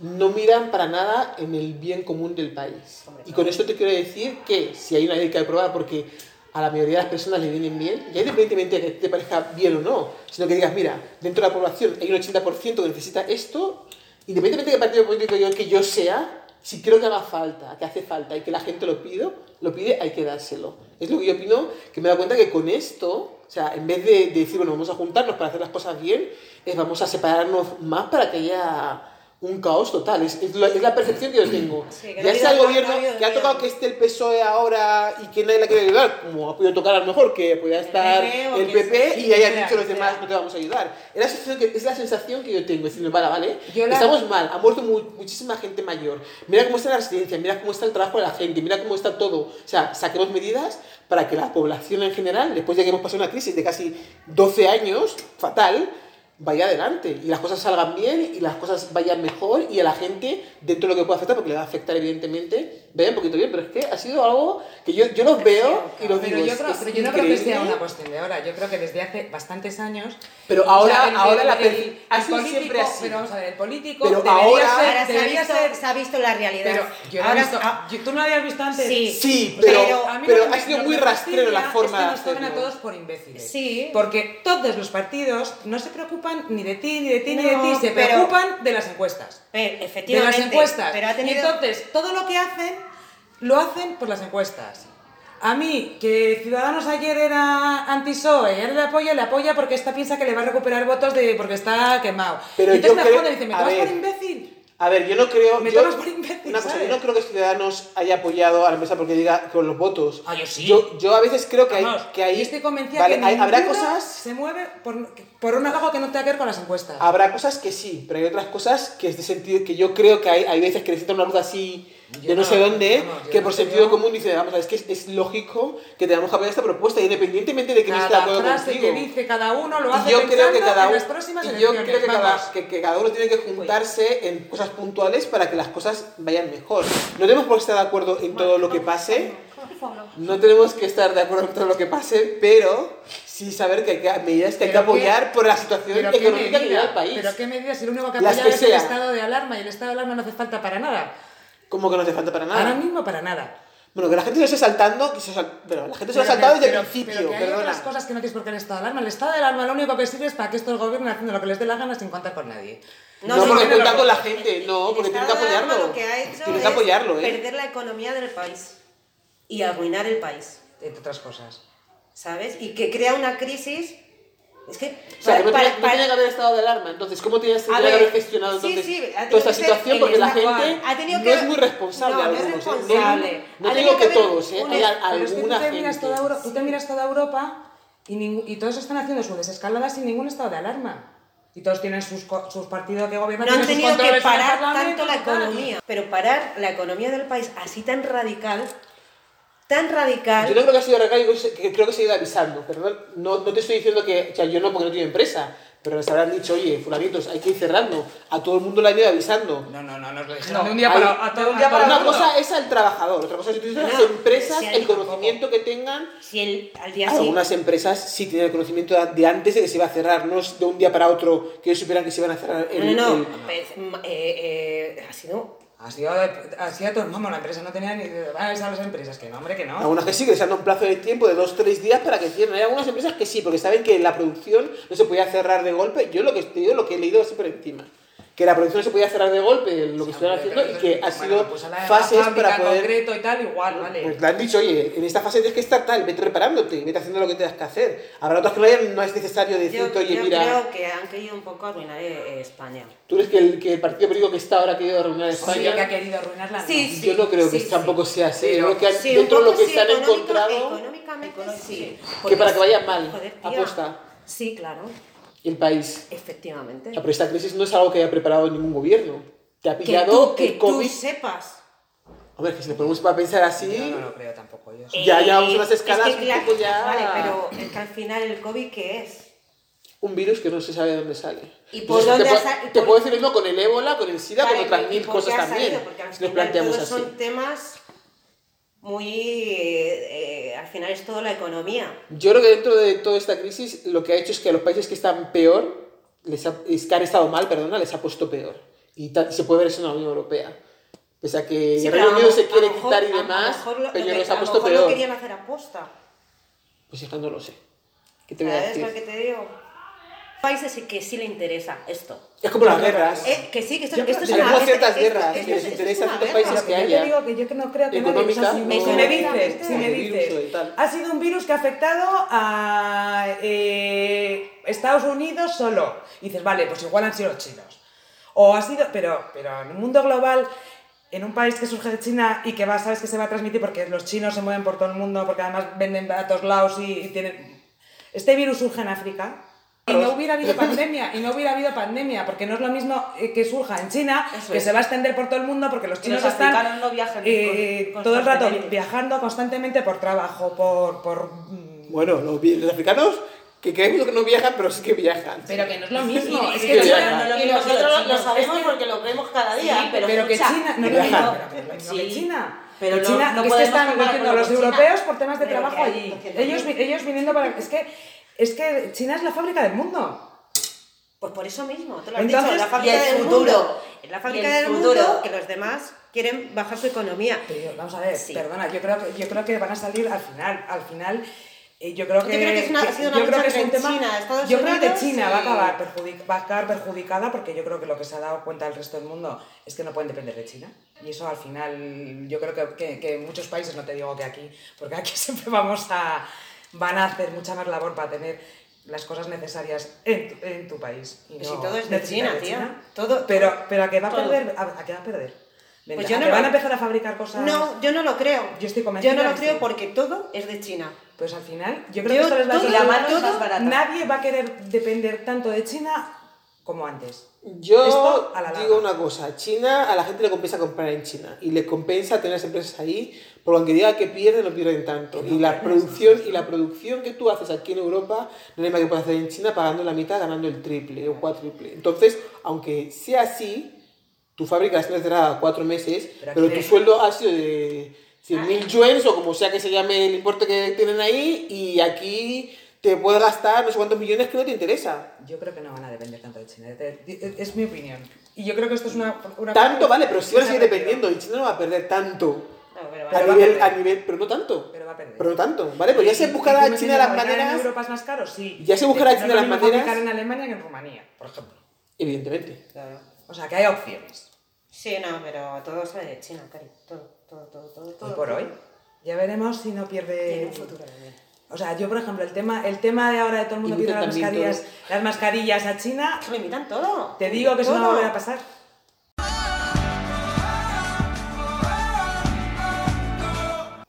Speaker 1: no miran para nada en el bien común del país. Y con esto te quiero decir que si hay una ley que aprobar porque a la mayoría de las personas le vienen bien, ya independientemente de que te parezca bien o no, sino que digas, mira, dentro de la población hay un 80% que necesita esto, independientemente de qué partido político yo, que yo sea, si creo que haga falta, que hace falta y que la gente lo pido, lo pide, hay que dárselo. Es lo que yo opino, que me he dado cuenta que con esto, o sea, en vez de, de decir, bueno, vamos a juntarnos para hacer las cosas bien, es vamos a separarnos más para que haya un caos total. Es, es la, es la percepción que yo tengo.
Speaker 4: Sí, que no
Speaker 1: ya está el
Speaker 4: pidas
Speaker 1: gobierno
Speaker 4: cambio,
Speaker 1: que ha
Speaker 4: no
Speaker 1: tocado
Speaker 4: pidas.
Speaker 1: que esté el PSOE E ahora y que nadie la quiere ayudar, como ha podido tocar a lo mejor que podía estar
Speaker 4: PP o
Speaker 1: el
Speaker 4: que
Speaker 1: PP
Speaker 4: sea,
Speaker 1: y hayan
Speaker 4: sea,
Speaker 1: dicho los demás,
Speaker 4: sea.
Speaker 1: no te vamos a ayudar. Es la sensación que, es la sensación que yo tengo, es decir, vale, vale,
Speaker 2: Yo la-
Speaker 1: estamos mal, ha muerto mu- muchísima gente mayor. Mira cómo está la residencia, mira cómo está el trabajo de la gente, mira cómo está todo. O sea, saquemos medidas para que la población en general, después de que hemos pasado una crisis de casi 12 años, fatal, vaya adelante y las cosas salgan bien y las cosas vayan mejor y a la gente, dentro de lo que pueda afectar, porque le va a afectar evidentemente, vaya un poquito bien, pero es que ha sido algo que yo, yo los veo y los
Speaker 2: Pero
Speaker 1: digo,
Speaker 2: yo,
Speaker 1: es-
Speaker 2: creo-
Speaker 1: es
Speaker 2: pero yo no creo que sea
Speaker 1: increíble.
Speaker 2: una cuestión de ahora. Yo creo que desde hace bastantes años.
Speaker 1: Pero ahora-
Speaker 2: o sea, el-
Speaker 1: ahora
Speaker 2: el-
Speaker 1: la per-
Speaker 2: el-
Speaker 1: ha
Speaker 2: el
Speaker 1: sido
Speaker 2: político-
Speaker 1: siempre así.
Speaker 2: Pero vamos a ver, el político.
Speaker 1: Pero
Speaker 2: debería
Speaker 1: ahora-
Speaker 2: ser-
Speaker 4: Ahora se ha,
Speaker 2: debería
Speaker 4: visto,
Speaker 2: ser-
Speaker 4: se ha visto la realidad.
Speaker 2: Pero yo no he
Speaker 4: Ahora
Speaker 2: visto-
Speaker 4: ah,
Speaker 2: yo- tú no lo habías visto antes.
Speaker 4: Sí.
Speaker 1: Sí,
Speaker 4: Pero
Speaker 1: pero,
Speaker 2: A mí
Speaker 1: pero
Speaker 2: lo que
Speaker 1: ha
Speaker 2: me-
Speaker 1: sido
Speaker 2: lo que
Speaker 1: muy
Speaker 2: me
Speaker 1: rastrero la
Speaker 2: fastidia
Speaker 1: forma
Speaker 2: es que
Speaker 1: de
Speaker 2: nos toman a
Speaker 1: hacerlo.
Speaker 2: todos por imbéciles.
Speaker 4: Sí.
Speaker 2: Porque todos los partidos no se preocupan ni de ti, ni de ti, ni de
Speaker 4: No,
Speaker 2: ti. Se
Speaker 4: pero-
Speaker 2: preocupan de las encuestas.
Speaker 4: pero
Speaker 2: De
Speaker 4: Eh, efectivamente.
Speaker 2: las encuestas.
Speaker 4: Pero ha
Speaker 2: Y
Speaker 4: tenido...
Speaker 2: entonces, todo lo que hacen, lo hacen por las encuestas. A mí, que Ciudadanos ayer era anti-PSOE, y ahora le apoya, le apoya porque esta piensa que le va a recuperar votos de porque está quemado.
Speaker 1: Pero
Speaker 2: y entonces
Speaker 1: yo
Speaker 2: me
Speaker 1: creo-
Speaker 2: jode y dice, ¿me
Speaker 1: a
Speaker 2: tomas por
Speaker 1: ver.
Speaker 2: imbécil?
Speaker 1: A ver, yo no creo.
Speaker 2: Me
Speaker 1: yo,
Speaker 2: tomas por imbécil,
Speaker 1: una cosa,
Speaker 2: ¿sabes?
Speaker 1: yo no creo que Ciudadanos haya apoyado a la mesa porque diga con los votos.
Speaker 2: Ah, yo sí.
Speaker 1: Yo, yo a veces creo que, hay,
Speaker 2: Vamos,
Speaker 1: que ahí.
Speaker 2: yo estoy convencida
Speaker 1: vale,
Speaker 2: que
Speaker 1: hay- habrá
Speaker 2: ninguna
Speaker 1: cosas.
Speaker 2: se mueve por, por una cosa que no tenga que ver con las encuestas.
Speaker 1: Habrá cosas que sí, pero hay otras cosas que es de sentido que yo creo que hay, hay veces que necesitan una ruta así
Speaker 2: Yo
Speaker 1: de no, sé
Speaker 2: no,
Speaker 1: dónde,
Speaker 2: no, no, yo
Speaker 1: que
Speaker 2: no
Speaker 1: por
Speaker 2: creo.
Speaker 1: sentido común dice, vamos, es que es, es lógico que tengamos que apoyar esta propuesta, independientemente de que no esté de
Speaker 2: cada
Speaker 1: acuerdo
Speaker 2: frase
Speaker 1: contigo.
Speaker 2: que dice cada uno lo
Speaker 1: Y
Speaker 2: hace
Speaker 1: yo
Speaker 2: pensando
Speaker 1: creo que cada
Speaker 2: en
Speaker 1: uno,
Speaker 2: las próximas
Speaker 1: y yo
Speaker 2: elecciones.
Speaker 1: creo que
Speaker 2: Vamos.
Speaker 1: cada, que- que cada uno tiene que juntarse en cosas puntuales para que las cosas vayan mejor. No tenemos por qué estar de acuerdo en todo lo que pase, no tenemos que estar de acuerdo en todo lo que pase, pero sí saber que hay que- medidas que hay que
Speaker 2: ¿Pero qué?
Speaker 1: apoyar por la situación
Speaker 2: ¿Pero qué
Speaker 1: económica que
Speaker 2: medida?
Speaker 1: da el país.
Speaker 2: Pero qué medidas, si lo único que
Speaker 1: Las
Speaker 2: apoyaba
Speaker 1: que
Speaker 2: es el
Speaker 1: sea.
Speaker 2: estado de alarma y el estado de alarma no hace falta para nada.
Speaker 1: Como que no hace falta para nada.
Speaker 2: Ahora mismo para nada.
Speaker 1: Bueno, que la gente se esté saltando, que se sal- pero la gente se lo ha saltado desde el principio,
Speaker 2: pero que hay otras
Speaker 1: perdona.
Speaker 2: cosas que no tienes por qué el estado de alarma. El estado de alarma lo único que sirve es para que estos gobiernen haciendo lo que les dé la gana sin contar con nadie.
Speaker 1: No,
Speaker 4: No, sí,
Speaker 1: porque
Speaker 4: pero
Speaker 1: cuentan
Speaker 4: lo-
Speaker 1: con la gente, no,
Speaker 4: El
Speaker 1: porque tienen que
Speaker 4: estado de alarma
Speaker 1: apoyarlo.
Speaker 4: Lo que ha hecho
Speaker 1: Tienen
Speaker 4: es
Speaker 1: que apoyarlo, ¿eh?
Speaker 4: perder la economía del país y arruinar el país,
Speaker 2: Entre otras cosas.
Speaker 4: ¿sabes? Y que crea una crisis. Es que.
Speaker 1: O sea, que no,
Speaker 4: para-
Speaker 1: tenía, no
Speaker 4: para-
Speaker 1: tenía que haber estado de alarma. Entonces, ¿cómo tenías que
Speaker 4: A
Speaker 1: haber
Speaker 4: ver,
Speaker 1: gestionado
Speaker 4: sí,
Speaker 1: entonces
Speaker 4: sí, ha tenido
Speaker 1: toda esta
Speaker 4: que ser
Speaker 1: situación?
Speaker 4: el
Speaker 1: Porque la
Speaker 4: Estado.
Speaker 1: gente
Speaker 4: Ha tenido
Speaker 1: no
Speaker 4: que-
Speaker 1: es muy responsable.
Speaker 4: no, no es
Speaker 1: algunos, ¿eh?
Speaker 4: responsable.
Speaker 1: No,
Speaker 4: Ha
Speaker 1: no
Speaker 4: tenido
Speaker 1: digo
Speaker 4: que
Speaker 1: que,
Speaker 4: haber
Speaker 1: todos, ¿eh? Hay a-
Speaker 4: un-
Speaker 2: Pero es que tú
Speaker 1: alguna
Speaker 2: te,
Speaker 1: gente.
Speaker 2: miras toda Euro- tú te miras toda Europa y, ningú- y todos están haciendo su desescalada sin ningún estado de alarma. Y todos tienen sus, co- sus partidos que gobiernan.
Speaker 4: No han
Speaker 2: tienen sus
Speaker 4: tenido que
Speaker 2: controles en el
Speaker 4: parar
Speaker 2: Parlamento,
Speaker 4: tanto la
Speaker 2: tal.
Speaker 4: economía. Pero parar la economía del país así tan radical, tan radical.
Speaker 1: Yo no creo que ha sido regal, yo sé- que creo que se ha ido avisando. Pero no- no, no te estoy diciendo que. O sea, yo no, porque no tengo empresa. Pero les habrán dicho, oye, fulanitos, hay que ir cerrando. A todo el mundo le han ido avisando.
Speaker 2: No, no, no, nos lo dijeron
Speaker 1: No,
Speaker 2: de un día
Speaker 1: hay-
Speaker 2: para, a todo-
Speaker 1: de un
Speaker 2: a
Speaker 1: día
Speaker 2: todo
Speaker 1: para
Speaker 2: el
Speaker 1: Una
Speaker 2: mundo.
Speaker 1: cosa es al trabajador, otra cosa es que las
Speaker 4: No,
Speaker 1: empresas,
Speaker 4: si hay-
Speaker 1: el conocimiento que tengan.
Speaker 4: Si el, al día siguiente.
Speaker 1: Ah, Algunas empresas sí tienen el conocimiento de antes de que se iba a cerrar, no es de un día para otro que ellos supieran que se iban a cerrar el,
Speaker 4: no, no,
Speaker 1: el-
Speaker 4: pues, mm, eh, eh, ha sido
Speaker 2: Así a, así a todos, vamos, la empresa no tenía ni... Van a avisar a las empresas, que no, hombre, que no.
Speaker 1: Algunas que sí, que les dan un plazo de tiempo de dos tres días para que cierren. Hay algunas empresas que sí, porque saben que la producción no se podía cerrar de golpe. Yo lo que, yo lo que he leído es por encima. Que la producción no se podía cerrar de golpe, lo que estuvieron haciendo, y que ha sido
Speaker 2: Bueno, pues a la- a la
Speaker 1: fases
Speaker 2: fábrica
Speaker 1: para
Speaker 2: en
Speaker 1: poder...
Speaker 2: concreto y tal, igual, vale.
Speaker 1: Pues le han dicho, oye, en esta fase tienes que estar tal, vete reparándote, vete haciendo lo que tengas que hacer. Habrá otras que no hayan- no es necesario
Speaker 4: Yo,
Speaker 1: decirte, oye,
Speaker 4: yo
Speaker 1: mira,
Speaker 4: creo que han querido un poco arruinar eh, España.
Speaker 1: tú crees que el, que el partido político que está ahora ha querido reunir a
Speaker 2: Sí,
Speaker 1: España.
Speaker 2: que ha querido arruinarla.
Speaker 4: Sí,
Speaker 1: yo no creo que
Speaker 4: sí,
Speaker 1: tampoco sea así.
Speaker 2: Pero-
Speaker 1: yo creo que han-
Speaker 4: Sí, un
Speaker 1: dentro de lo
Speaker 4: poco ¿eh?
Speaker 1: que
Speaker 4: sí,
Speaker 1: se han
Speaker 4: económico-
Speaker 1: encontrado,
Speaker 4: Económicamente
Speaker 3: Económico-
Speaker 4: sí.
Speaker 1: que para que vaya mal,
Speaker 4: Joder, tía.
Speaker 1: apuesta
Speaker 4: Sí, claro,
Speaker 1: el país.
Speaker 4: efectivamente.
Speaker 1: Ah, Pero esta crisis no es algo que haya preparado ningún gobierno. Te ha
Speaker 4: Que
Speaker 1: pillado
Speaker 4: tú, que
Speaker 1: el
Speaker 4: tú
Speaker 1: COVID.
Speaker 4: sepas.
Speaker 1: Hombre, que si nos ponemos para pensar así,
Speaker 2: Yo no lo creo tampoco yo.
Speaker 1: Ya, ya, vamos a unas
Speaker 4: Eh, es
Speaker 1: escalas
Speaker 4: que,
Speaker 1: un
Speaker 4: claro,
Speaker 1: poco ya-
Speaker 4: Vale, pero es que al final el COVID, ¿qué es?
Speaker 1: un virus que no se sabe de dónde sale.
Speaker 4: ¿Y por dónde
Speaker 1: te,
Speaker 4: ha
Speaker 1: puedo-
Speaker 4: sa- y
Speaker 1: te
Speaker 4: por-
Speaker 1: puedo decir lo mismo con el ébola, con el SIDA,
Speaker 4: Vale,
Speaker 1: con otras
Speaker 4: ¿y
Speaker 1: mil
Speaker 4: por qué
Speaker 1: cosas
Speaker 4: ha salido?
Speaker 1: también.
Speaker 4: Porque al
Speaker 1: Si nos
Speaker 4: final
Speaker 1: planteamos
Speaker 4: todos
Speaker 1: así.
Speaker 4: son temas muy... eh, eh, al final es todo la economía.
Speaker 1: Yo creo que dentro de toda esta crisis lo que ha hecho es que a los países que están peor, les ha- es que han estado mal, perdona, les ha puesto peor. Y ta- se puede ver eso en la Unión Europea. Pese a que
Speaker 4: Sí,
Speaker 1: el
Speaker 4: pero a
Speaker 1: Reino
Speaker 4: lo
Speaker 1: Unido
Speaker 4: mo-
Speaker 1: se
Speaker 4: a
Speaker 1: quiere
Speaker 4: lo mejor-
Speaker 1: quitar y
Speaker 4: a lo
Speaker 1: demás,
Speaker 4: mejor lo-
Speaker 1: pero
Speaker 4: lo que-
Speaker 1: los
Speaker 4: a
Speaker 1: ha
Speaker 4: lo
Speaker 1: puesto
Speaker 4: mejor lo
Speaker 1: peor.
Speaker 4: querían hacer aposta.
Speaker 1: Pues hija, no lo sé. ¿Qué te voy a
Speaker 4: ¿Sabes
Speaker 1: decir?
Speaker 4: lo que te digo? Países que sí le interesa esto.
Speaker 1: Es como las guerras.
Speaker 4: Eh, que sí, que esto,
Speaker 1: Ya,
Speaker 4: esto es
Speaker 1: pero
Speaker 4: una...
Speaker 1: hubo
Speaker 4: esto-
Speaker 1: ciertas
Speaker 4: esto-
Speaker 1: guerras
Speaker 4: esto
Speaker 1: que
Speaker 4: es-
Speaker 1: les
Speaker 4: esto
Speaker 1: interesa
Speaker 4: es
Speaker 1: a
Speaker 4: una
Speaker 1: ciertos países
Speaker 4: guerra.
Speaker 1: que
Speaker 2: Yo
Speaker 1: haya.
Speaker 2: te digo que yo que no creo que nadie
Speaker 1: Económica,
Speaker 2: o sea, si me,
Speaker 1: no-
Speaker 2: si me dices,
Speaker 4: Económicamente.
Speaker 2: si me
Speaker 1: El virus
Speaker 2: dices,
Speaker 1: y tal.
Speaker 2: ha sido un virus que ha afectado a eh, Estados Unidos solo. Y dices, vale, pues igual han sido los chinos. O ha sido, pero, pero en un mundo global, en un país que surge de China y que va, sabes que se va a transmitir porque los chinos se mueven por todo el mundo, porque además venden a todos lados y, y tienen... Este virus surge en África. Y no hubiera habido pandemia, y no hubiera habido pandemia, porque no es lo mismo eh, que surja en China,
Speaker 3: Eso
Speaker 2: que
Speaker 3: es.
Speaker 2: se va a extender por todo el mundo, porque los
Speaker 3: Y los
Speaker 2: chinos están
Speaker 3: africanos no viajan
Speaker 2: eh,
Speaker 3: con-
Speaker 2: todo el rato
Speaker 3: constantemente.
Speaker 2: viajando constantemente por trabajo, por, por mm,
Speaker 1: Bueno, los, vi- los africanos que creemos que no viajan, pero sí que viajan.
Speaker 2: pero que no es lo mismo, es
Speaker 1: sí, sí,
Speaker 2: que China
Speaker 1: sí,
Speaker 2: no es lo mismo
Speaker 4: sí,
Speaker 2: que los
Speaker 4: nosotros lo
Speaker 2: chinos,
Speaker 4: sabemos
Speaker 2: es que-
Speaker 4: porque lo vemos cada día,
Speaker 2: Sí,
Speaker 4: pero,
Speaker 2: pero que
Speaker 4: escucha,
Speaker 2: China no es lo mismo
Speaker 1: viajan.
Speaker 2: pero que es lo mismo
Speaker 4: Sí,
Speaker 2: que China.
Speaker 4: pero
Speaker 2: Que
Speaker 4: no-
Speaker 2: China,
Speaker 4: no
Speaker 2: es que
Speaker 4: podemos
Speaker 2: están
Speaker 4: compararlo
Speaker 2: metiendo a
Speaker 4: con
Speaker 2: los
Speaker 4: China.
Speaker 2: europeos por temas de
Speaker 4: Pero
Speaker 2: trabajo
Speaker 4: que hay
Speaker 2: allí.
Speaker 4: 200
Speaker 2: Ellos, vi- ellos viniendo para. Es que, es que China es la fábrica del mundo.
Speaker 4: Pues por eso mismo, te lo has
Speaker 2: Entonces,
Speaker 4: dicho, la
Speaker 2: y
Speaker 4: fábrica
Speaker 2: el
Speaker 4: del
Speaker 2: futuro.
Speaker 4: mundo. Es la fábrica
Speaker 3: Y el
Speaker 4: del mundo
Speaker 3: futuro.
Speaker 4: que los demás quieren bajar su economía.
Speaker 2: Pero vamos a ver,
Speaker 4: Sí.
Speaker 2: perdona, yo creo, que- yo creo que van a salir al final, al final. eh, Yo creo
Speaker 4: Yo
Speaker 2: que,
Speaker 4: creo que es una- ha sido una
Speaker 2: yo creo
Speaker 4: lucha
Speaker 2: que es un
Speaker 4: entre
Speaker 2: tema-
Speaker 4: China, Estados
Speaker 2: yo creo que
Speaker 4: Unidos
Speaker 2: China
Speaker 4: y-
Speaker 2: va, a acabar perjudic- va a acabar perjudicada porque yo creo que lo que se ha dado cuenta el resto del mundo es que no pueden depender de China. Y eso al final, yo creo que, que, que en muchos países, no te digo que aquí, porque aquí siempre vamos a, van a hacer mucha más labor para tener las cosas necesarias en tu, en tu país. Y
Speaker 4: Pues
Speaker 2: no
Speaker 4: si todo es de
Speaker 2: necesitar
Speaker 4: China, tía. Todo-
Speaker 2: pero, pero a qué va a
Speaker 4: todo. Pues
Speaker 2: perder, a, a qué va a perder. Vendrá-
Speaker 4: yo
Speaker 2: ¿a
Speaker 4: no
Speaker 2: que
Speaker 4: lo-
Speaker 2: van a empezar a fabricar cosas.
Speaker 4: No, yo no lo creo.
Speaker 2: Yo estoy convencida
Speaker 4: Yo no
Speaker 2: de
Speaker 4: lo creo
Speaker 2: que-
Speaker 4: porque todo es de China.
Speaker 2: Pues al final, yo creo que
Speaker 4: Yo
Speaker 2: esto les va a
Speaker 4: todo-
Speaker 2: tocar-
Speaker 4: la mano es más barata.
Speaker 2: Nadie va a querer depender tanto de China como antes.
Speaker 1: Yo
Speaker 2: Esto a la larga.
Speaker 1: digo una cosa, China, a la gente le compensa comprar en China y le compensa tener las empresas ahí, porque aunque diga que pierden, no pierden tanto. Y la producción y la producción que tú haces aquí en Europa, no hay más que puedas hacer en China pagando la mitad, ganando el triple o cuatriple. Entonces, aunque sea así, tu fábrica está cerrada cuatro meses,
Speaker 2: Pero
Speaker 1: pero,
Speaker 2: aquí Ah,
Speaker 1: tu
Speaker 2: eh. es-
Speaker 1: sueldo ha sido de 100.000 yuanes o como sea que se llame el importe que tienen ahí y aquí te puedes gastar no sé cuántos millones que no te interesa.
Speaker 2: Yo creo que no van a depender tanto de China. Te- te- Es mi opinión. Y yo creo que esto es una. una-
Speaker 1: Tanto vale, pero si van a seguir
Speaker 2: una-
Speaker 1: dependiendo y China no va a perder tanto.
Speaker 4: No, pero
Speaker 1: A
Speaker 2: Pero va a
Speaker 1: nivel, a
Speaker 2: perder.
Speaker 1: nivel, pero no tanto.
Speaker 2: Pero va a perder.
Speaker 1: Pero no tanto, ¿vale? Pues ya se buscará a
Speaker 2: ¿Y tú
Speaker 1: China
Speaker 2: imaginas
Speaker 1: las
Speaker 2: fabricar
Speaker 1: maneras,
Speaker 2: En Europa es más caro, sí.
Speaker 1: Ya se buscará
Speaker 2: No es
Speaker 1: China
Speaker 2: lo
Speaker 1: las
Speaker 2: mismo fabricar
Speaker 1: maneras.
Speaker 2: en Alemania que en Rumanía, por ejemplo.
Speaker 1: evidentemente.
Speaker 2: O sea, que hay opciones.
Speaker 4: Sí, no, pero todo es de China, Cari. Todo, todo, todo, todo.
Speaker 2: Hoy
Speaker 4: todo
Speaker 2: por hoy. Ya veremos si no pierde.
Speaker 4: En un futuro también.
Speaker 2: O sea, yo, por ejemplo, el tema, el tema de ahora de todo el mundo
Speaker 1: Imitan
Speaker 2: pidiendo las
Speaker 1: también
Speaker 2: mascarillas, las mascarillas a China,
Speaker 4: Que lo imitan todo.
Speaker 2: Te digo que eso no va a
Speaker 4: Todo.
Speaker 2: volver a pasar.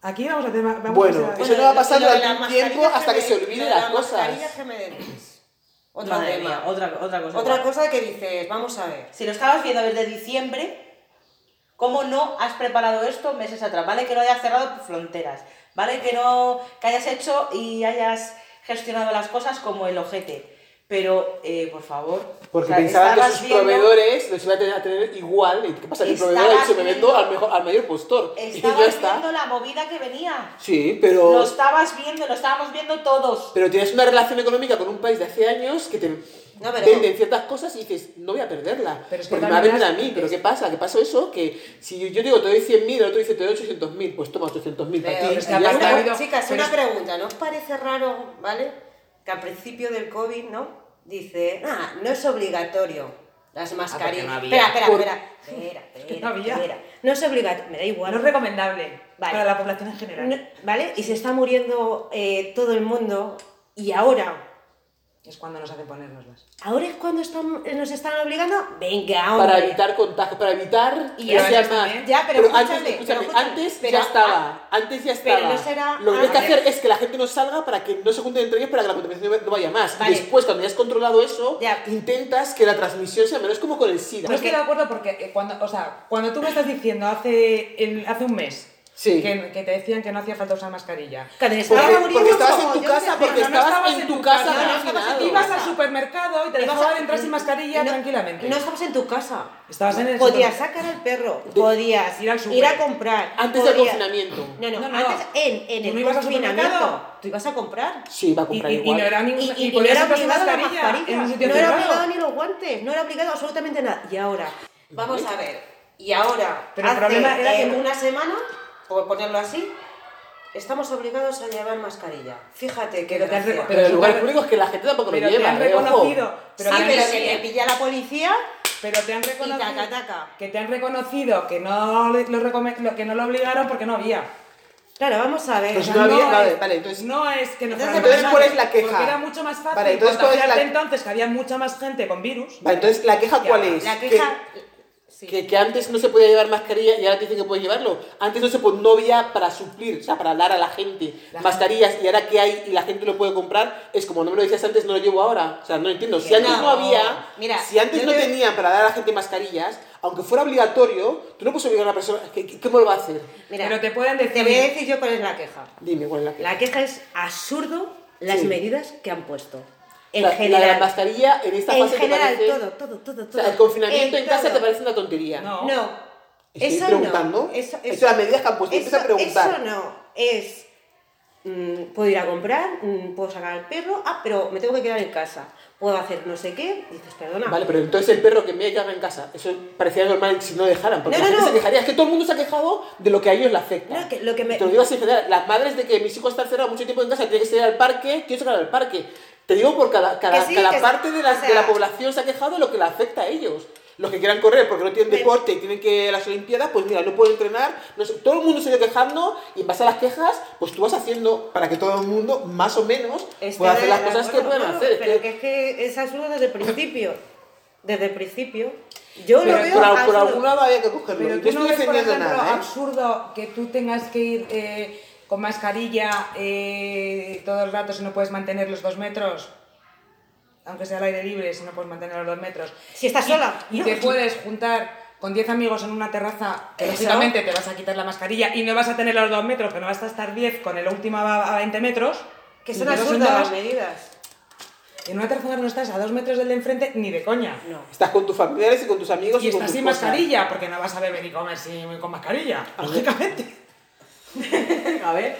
Speaker 2: Aquí vamos a tema. vamos
Speaker 1: Bueno,
Speaker 2: a-
Speaker 1: Eso no va a pasar
Speaker 4: lo de
Speaker 1: durante
Speaker 4: las
Speaker 1: un tiempo
Speaker 4: mascarillas
Speaker 1: hasta que
Speaker 4: me-
Speaker 1: se olviden
Speaker 4: lo de
Speaker 1: las cosas.
Speaker 4: mascarillas que me decís. Otra
Speaker 3: Madre
Speaker 4: teoría.
Speaker 3: mía, otra, otra cosa.
Speaker 4: Otra cosa que dices, vamos a ver.
Speaker 3: Si lo estabas viendo desde diciembre, ¿cómo no has preparado esto meses atrás? ¿Vale? Que no hayas cerrado fronteras, ¿vale? Que no que hayas hecho y hayas gestionado las cosas como el ojete. Pero, eh, por favor.
Speaker 1: Porque
Speaker 3: o sea,
Speaker 1: pensaban que
Speaker 3: estabas
Speaker 1: sus
Speaker 3: viendo-
Speaker 1: proveedores los iban a tener, a tener igual. ¿Y qué pasa? Que el proveedor ha
Speaker 3: Estabas
Speaker 1: dicho, me vendo
Speaker 3: viendo-
Speaker 1: al, mejor, al mayor postor. Y ya
Speaker 3: Estabas viendo
Speaker 1: está.
Speaker 3: la movida que venía.
Speaker 1: Sí, pero...
Speaker 3: Lo estabas viendo, lo estábamos viendo todos.
Speaker 1: Pero tienes una relación económica con un país de hace años que te
Speaker 4: No, pero-
Speaker 1: venden ciertas cosas y dices, no voy a perderla,
Speaker 2: Pero es que
Speaker 1: porque me va a
Speaker 2: también
Speaker 1: vender a
Speaker 2: las-
Speaker 1: mí. Pero ¿qué pasa? ¿Qué pasó eso? Que si yo, yo digo te doy 100.000, el otro dice te doy 800.000, pues toma 800.000 para ti.
Speaker 4: Pero,
Speaker 1: y
Speaker 2: es que
Speaker 1: ya
Speaker 2: aparte
Speaker 1: está.
Speaker 2: ha habido-
Speaker 4: Chicas,
Speaker 2: pero
Speaker 4: una
Speaker 2: es-
Speaker 4: pregunta. ¿No os parece raro, vale? Que al principio del COVID, ¿no? Dice, ah, no es obligatorio las mascarillas.
Speaker 2: no había.
Speaker 4: espera, espera,
Speaker 1: Por-
Speaker 4: espera. Espera,
Speaker 2: no
Speaker 4: espera,
Speaker 2: había.
Speaker 4: espera. No es obligatorio, me da igual.
Speaker 2: No es recomendable
Speaker 4: Vale.
Speaker 2: para la población en general.
Speaker 4: No- ¿Vale? Y se está muriendo eh, todo el mundo. Y ahora,
Speaker 2: Es cuando nos hacen ponérnoslas.
Speaker 4: ahora es cuando están, nos están obligando. Venga, hombre.
Speaker 1: Para evitar contagios, para evitar
Speaker 4: Y
Speaker 1: que
Speaker 4: antes
Speaker 1: sea más.
Speaker 2: también.
Speaker 4: Ya, pero
Speaker 1: antes,
Speaker 4: escúchame,
Speaker 1: escúchame,
Speaker 4: pero escúchame,
Speaker 1: antes
Speaker 4: pero-
Speaker 1: ya estaba, antes ya
Speaker 4: pero
Speaker 1: estaba.
Speaker 4: no será
Speaker 1: Lo que tienes que
Speaker 4: antes.
Speaker 1: hacer es que la gente no salga para que no se junten entre ellos para que la contaminación no vaya más.
Speaker 4: Vale.
Speaker 1: Después, cuando ya has controlado eso,
Speaker 4: Ya.
Speaker 1: intentas que la transmisión sea menos como con el SIDA.
Speaker 2: No estoy de acuerdo porque eh, cuando, o sea, cuando tú me estás diciendo hace, el- hace un mes
Speaker 1: Sí.
Speaker 2: que, que te decían que no hacía falta usar mascarilla.
Speaker 4: Cuando se
Speaker 1: Porque,
Speaker 4: estaba
Speaker 1: porque
Speaker 4: muriendo
Speaker 1: estabas
Speaker 4: como
Speaker 1: en tu
Speaker 4: yo,
Speaker 1: casa,
Speaker 4: pero
Speaker 1: porque
Speaker 4: no, no
Speaker 1: estabas, en tu casa,
Speaker 4: no, no,
Speaker 1: confinado.
Speaker 4: estabas en tu
Speaker 2: Ibas al
Speaker 4: casa.
Speaker 2: supermercado y te
Speaker 4: Ibas
Speaker 2: dejaban
Speaker 4: a-
Speaker 2: entrar sin mascarilla
Speaker 4: no,
Speaker 2: tranquilamente.
Speaker 4: No estabas en tu casa.
Speaker 2: Estabas en el
Speaker 4: Podías
Speaker 2: supermercado.
Speaker 4: sacar al perro, podías
Speaker 2: ir
Speaker 4: ir,
Speaker 2: al súper.
Speaker 4: a comprar.
Speaker 1: Antes del
Speaker 4: podías-
Speaker 1: confinamiento.
Speaker 4: No, no,
Speaker 2: No, no.
Speaker 4: antes en, en
Speaker 2: Tú
Speaker 4: el
Speaker 2: no ibas al
Speaker 4: confinamiento.
Speaker 2: supermercado.
Speaker 4: Tú ibas a comprar.
Speaker 1: Sí, va a
Speaker 2: Y,
Speaker 1: comprar
Speaker 2: y- y
Speaker 1: igual.
Speaker 2: no era
Speaker 4: Y,
Speaker 2: ninguna
Speaker 4: y- y no
Speaker 2: podías
Speaker 4: era
Speaker 2: entrar sin
Speaker 4: obligado la
Speaker 2: mascarilla en
Speaker 4: mascarilla,
Speaker 2: un sitio
Speaker 4: no era
Speaker 2: cerrado.
Speaker 4: obligado ni los guantes, no era obligado absolutamente nada. Y ahora, vamos a ver, y ahora,
Speaker 2: Pero el
Speaker 4: hace,
Speaker 2: problema era que
Speaker 4: eh,
Speaker 2: no-
Speaker 4: una semana, por ponerlo así, estamos obligados a llevar mascarilla. Fíjate qué
Speaker 2: Pero te has
Speaker 4: desgracia.
Speaker 1: Pero en
Speaker 2: Pero
Speaker 1: lugares
Speaker 2: sí,
Speaker 1: públicos que la gente tampoco lo
Speaker 2: Pero
Speaker 1: lleva.
Speaker 2: te han
Speaker 1: eh, ojo.
Speaker 2: reconocido. Pero,
Speaker 4: Sí,
Speaker 2: te han-
Speaker 4: pero que te pilla la policía
Speaker 2: pero te han
Speaker 4: y
Speaker 2: reconocido.
Speaker 4: taca, taca.
Speaker 2: Que te han reconocido que no, le- lo recome- lo- que no lo obligaron porque no había.
Speaker 4: Claro, vamos a ver.
Speaker 1: Pues
Speaker 2: O
Speaker 1: no
Speaker 2: sea,
Speaker 1: había-
Speaker 2: es-
Speaker 1: vale, vale, entonces-
Speaker 2: no es que no
Speaker 4: Entonces,
Speaker 2: fueran
Speaker 1: entonces, ¿cuál es la
Speaker 2: personales,
Speaker 1: queja?
Speaker 2: Porque era mucho más fácil
Speaker 1: Vale, entonces, ¿cuál es la-
Speaker 2: contagiarte entonces que había mucha más gente con virus.
Speaker 1: Vale, entonces, ¿la queja
Speaker 2: Ya,
Speaker 1: cuál es?
Speaker 4: la
Speaker 1: Que-
Speaker 4: queja... sí.
Speaker 1: Que, que antes no se podía llevar mascarilla y ahora te dicen que puedes llevarlo. Antes no se po- no había para suplir, o sea, para dar a la gente mascarillas y ahora que hay y la gente lo puede comprar, es como no me lo decías antes, no lo llevo ahora. O sea, no entiendo. Si
Speaker 4: Que
Speaker 1: antes no,
Speaker 4: no.
Speaker 1: había,
Speaker 4: Mira,
Speaker 1: si antes
Speaker 4: yo
Speaker 1: no
Speaker 4: te-
Speaker 1: tenían para dar a la gente mascarillas, aunque fuera obligatorio, tú no puedes obligar a una persona. ¿qué- qué- ¿Cómo lo va a hacer?
Speaker 4: Mira,
Speaker 2: Pero te pueden
Speaker 4: Te
Speaker 2: decir-
Speaker 4: voy a decir yo cuál es la queja.
Speaker 1: Dime, ¿cuál es la queja?
Speaker 4: La queja es absurdo las
Speaker 1: Sí.
Speaker 4: medidas que han puesto. En
Speaker 1: O sea,
Speaker 4: general.
Speaker 1: La, de la mascarilla en esta
Speaker 4: en
Speaker 1: fase te
Speaker 4: general,
Speaker 1: parece-
Speaker 4: todo, todo, todo,
Speaker 1: O
Speaker 4: todo.
Speaker 1: sea, el confinamiento en,
Speaker 4: En
Speaker 1: casa
Speaker 4: todo.
Speaker 1: te parece una tontería.
Speaker 2: No.
Speaker 4: No.
Speaker 1: Estoy
Speaker 4: eso
Speaker 1: preguntando.
Speaker 4: no. Eso,
Speaker 1: Eso es las medidas que han puesto. Empieza a preguntar.
Speaker 4: Eso no. Es. mm, puedo ir a comprar, mm, puedo sacar al perro, ah, pero me tengo que quedar en casa. Puedo hacer no sé qué. Dices, perdona.
Speaker 1: Vale, pero entonces el perro que me haga en casa, eso parecía normal si no dejaran, porque
Speaker 4: No,
Speaker 1: la
Speaker 4: no,
Speaker 1: gente
Speaker 4: no.
Speaker 1: se quejaría. Es que todo el mundo se ha quejado de lo que a ellos le afecta.
Speaker 4: No, que lo que me-
Speaker 1: Te lo digo así en general. Las madres de que mis hijos están cerrados mucho tiempo en casa, tienen que salir al parque, quiero sacar al parque. Te digo por cada, cada,
Speaker 4: Que sí,
Speaker 1: cada
Speaker 4: que sí.
Speaker 1: parte de, la,
Speaker 4: O sea-
Speaker 1: de la población se ha quejado de lo que le afecta a ellos. Los que quieran correr porque no tienen
Speaker 4: Me-
Speaker 1: deporte y tienen que ir a las olimpiadas, pues mira, no pueden entrenar. no sé, todo el mundo se ha ido quejando y en base a las quejas, pues tú vas haciendo para que todo el mundo, más o menos,
Speaker 4: Estoy
Speaker 1: pueda hacer
Speaker 4: Este
Speaker 1: las
Speaker 4: de- de
Speaker 1: cosas que
Speaker 4: acuerdo,
Speaker 1: pueden
Speaker 4: claro,
Speaker 1: hacer. Es
Speaker 4: Pero
Speaker 1: que-
Speaker 4: que es que es absurdo desde el principio. Desde el principio. Yo
Speaker 1: Pero
Speaker 4: lo veo.
Speaker 1: por, al- por
Speaker 4: absurdo.
Speaker 1: algún lado había que cogerlo.
Speaker 2: Pero
Speaker 1: Yo
Speaker 2: tú
Speaker 1: estoy
Speaker 2: no ves, por
Speaker 1: defendiendo
Speaker 2: ejemplo,
Speaker 1: nada, ¿eh?
Speaker 2: absurdo que tú tengas que ir eh, con mascarilla eh, todo el rato si no puedes mantener los dos metros. Aunque sea al aire libre, si no puedes mantener los dos metros.
Speaker 4: Si estás
Speaker 2: Y-
Speaker 4: sola.
Speaker 2: Y
Speaker 4: No.
Speaker 2: te puedes juntar con 10 amigos en una terraza, que
Speaker 4: Eso.
Speaker 2: lógicamente te vas a quitar la mascarilla y no vas a tener los dos metros, que no vas a estar 10 con el último a a 20 metros.
Speaker 4: Que
Speaker 2: y
Speaker 4: son
Speaker 2: te lo
Speaker 4: absurdas las
Speaker 2: juntas.
Speaker 4: medidas.
Speaker 2: En una terraza no estás a dos metros del de enfrente ni de coña.
Speaker 4: No.
Speaker 1: Estás con tus familiares y con tus amigos y,
Speaker 2: Y
Speaker 1: con
Speaker 2: estás
Speaker 1: tus
Speaker 2: sin
Speaker 1: cosas.
Speaker 2: mascarilla, porque no vas a beber y comer sin, con mascarilla,
Speaker 1: A ver.
Speaker 2: lógicamente. a ver.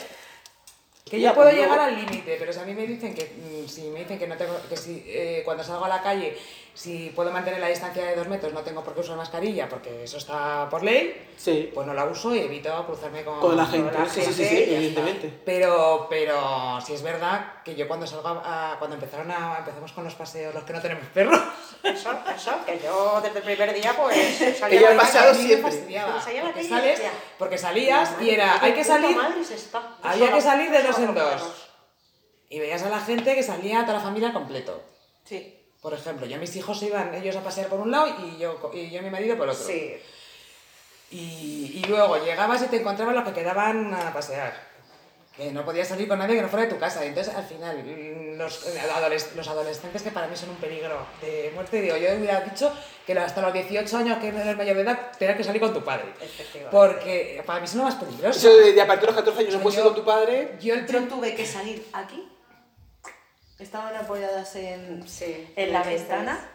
Speaker 2: Que
Speaker 1: Tía,
Speaker 2: yo puedo
Speaker 1: pues no.
Speaker 2: llegar al límite, pero si a mí me dicen que mm, si me dicen que no tengo que si eh, cuando salgo a la calle si puedo mantener la distancia de dos metros no tengo por qué usar mascarilla porque eso está por ley,
Speaker 1: Sí,
Speaker 2: pues no la uso y evito cruzarme con,
Speaker 1: con la gente. sí, sí, sí, sí,
Speaker 2: gente y ya
Speaker 1: evidentemente.
Speaker 2: pero, pero sí es verdad que yo cuando salgo a, a- cuando empezaron a empezamos con los paseos, los que no tenemos perros,
Speaker 4: Eso, eso, que yo desde el primer día pues salía
Speaker 1: Ella
Speaker 4: a
Speaker 1: ha
Speaker 4: la
Speaker 1: pasado
Speaker 4: calle.
Speaker 2: a mí me
Speaker 1: siempre.
Speaker 2: fastidiaba,
Speaker 4: Pues ahí a la
Speaker 2: porque
Speaker 4: calle
Speaker 2: sales-
Speaker 4: decía,
Speaker 2: porque salías y era,
Speaker 4: Madre,
Speaker 2: hay que
Speaker 4: puta
Speaker 2: salir,
Speaker 4: madre, se está-
Speaker 2: había que
Speaker 4: solo-
Speaker 2: salir de dos en
Speaker 4: solo
Speaker 2: dos.
Speaker 4: perros.
Speaker 2: Y veías a la gente que salía toda la familia al completo.
Speaker 3: Sí.
Speaker 2: Por ejemplo, yo mis hijos se iban ellos a pasear por un lado y yo, co- y yo y mi marido por otro.
Speaker 4: Sí.
Speaker 2: Y, y luego llegabas y te encontrabas los que quedaban a pasear. Que no podías salir con nadie que no fuera de tu casa. Y Entonces, al final, mm, los, eh, adoles- los adolescentes que para mí son un peligro de muerte, digo, yo hubiera dicho que hasta los 18 años que no eres mayor de edad, tenías que salir con tu padre.
Speaker 4: Efectivamente.
Speaker 2: Porque para mí es lo más peligroso.
Speaker 1: Eso de, de a partir de los 14 años no puedes ir
Speaker 2: Yo-
Speaker 1: con tu padre.
Speaker 2: Yo el
Speaker 3: Yo
Speaker 2: prim-
Speaker 3: tuve que salir aquí Estaban apoyadas en,
Speaker 4: Sí,
Speaker 3: en la
Speaker 4: muchas
Speaker 3: ventana,
Speaker 4: veces.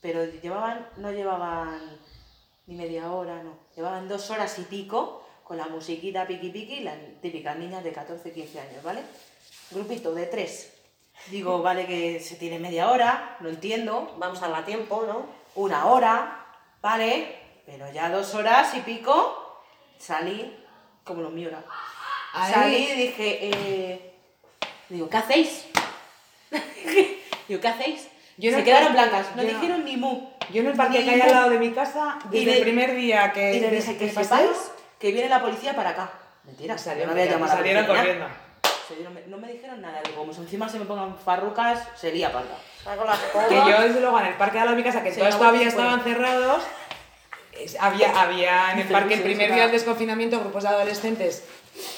Speaker 3: pero llevaban, no llevaban ni media hora, no. Llevaban dos horas y pico con la musiquita piqui piqui, las típicas niñas de 14, 15 años, ¿vale? Grupito de tres. Digo, vale, que se tiene media hora, lo entiendo,
Speaker 4: Vamos a la tiempo, ¿no?
Speaker 3: una hora, ¿vale? Pero ya dos horas y pico salí como los miura.
Speaker 2: Ahí.
Speaker 3: Salí y dije, eh, digo, ¿qué hacéis? digo, ¿qué hacéis?
Speaker 2: Yo en
Speaker 3: Se
Speaker 2: el
Speaker 3: quedaron
Speaker 2: parque-
Speaker 3: blancas, no
Speaker 2: yo-
Speaker 3: dijeron ni mu.
Speaker 2: Yo en el parque
Speaker 3: Ni
Speaker 2: que hay al
Speaker 3: mu.
Speaker 2: lado de mi casa,
Speaker 3: Y
Speaker 2: desde
Speaker 3: de-
Speaker 2: el primer día que
Speaker 3: Y le
Speaker 2: desde
Speaker 3: dije que
Speaker 2: paseo,
Speaker 3: sepáis que viene la policía para acá. Mentira,
Speaker 2: salieron,
Speaker 3: yo no había llamado a la
Speaker 2: salieron
Speaker 3: policía.
Speaker 2: corriendo.
Speaker 3: Se dieron- No me dijeron nada, digo, como si encima se me pongan farrucas, sería parda.
Speaker 4: Hago las
Speaker 2: Que
Speaker 4: cosas.
Speaker 2: yo desde luego en el parque de la mi casa, que
Speaker 3: Sí,
Speaker 2: todos
Speaker 3: la
Speaker 2: todavía
Speaker 3: vuelta
Speaker 2: estaban cerrados, es- había, había en el
Speaker 3: Sí,
Speaker 2: parque el
Speaker 3: sí,
Speaker 2: primer
Speaker 3: sí,
Speaker 2: día
Speaker 3: va.
Speaker 2: del desconfinamiento grupos de adolescentes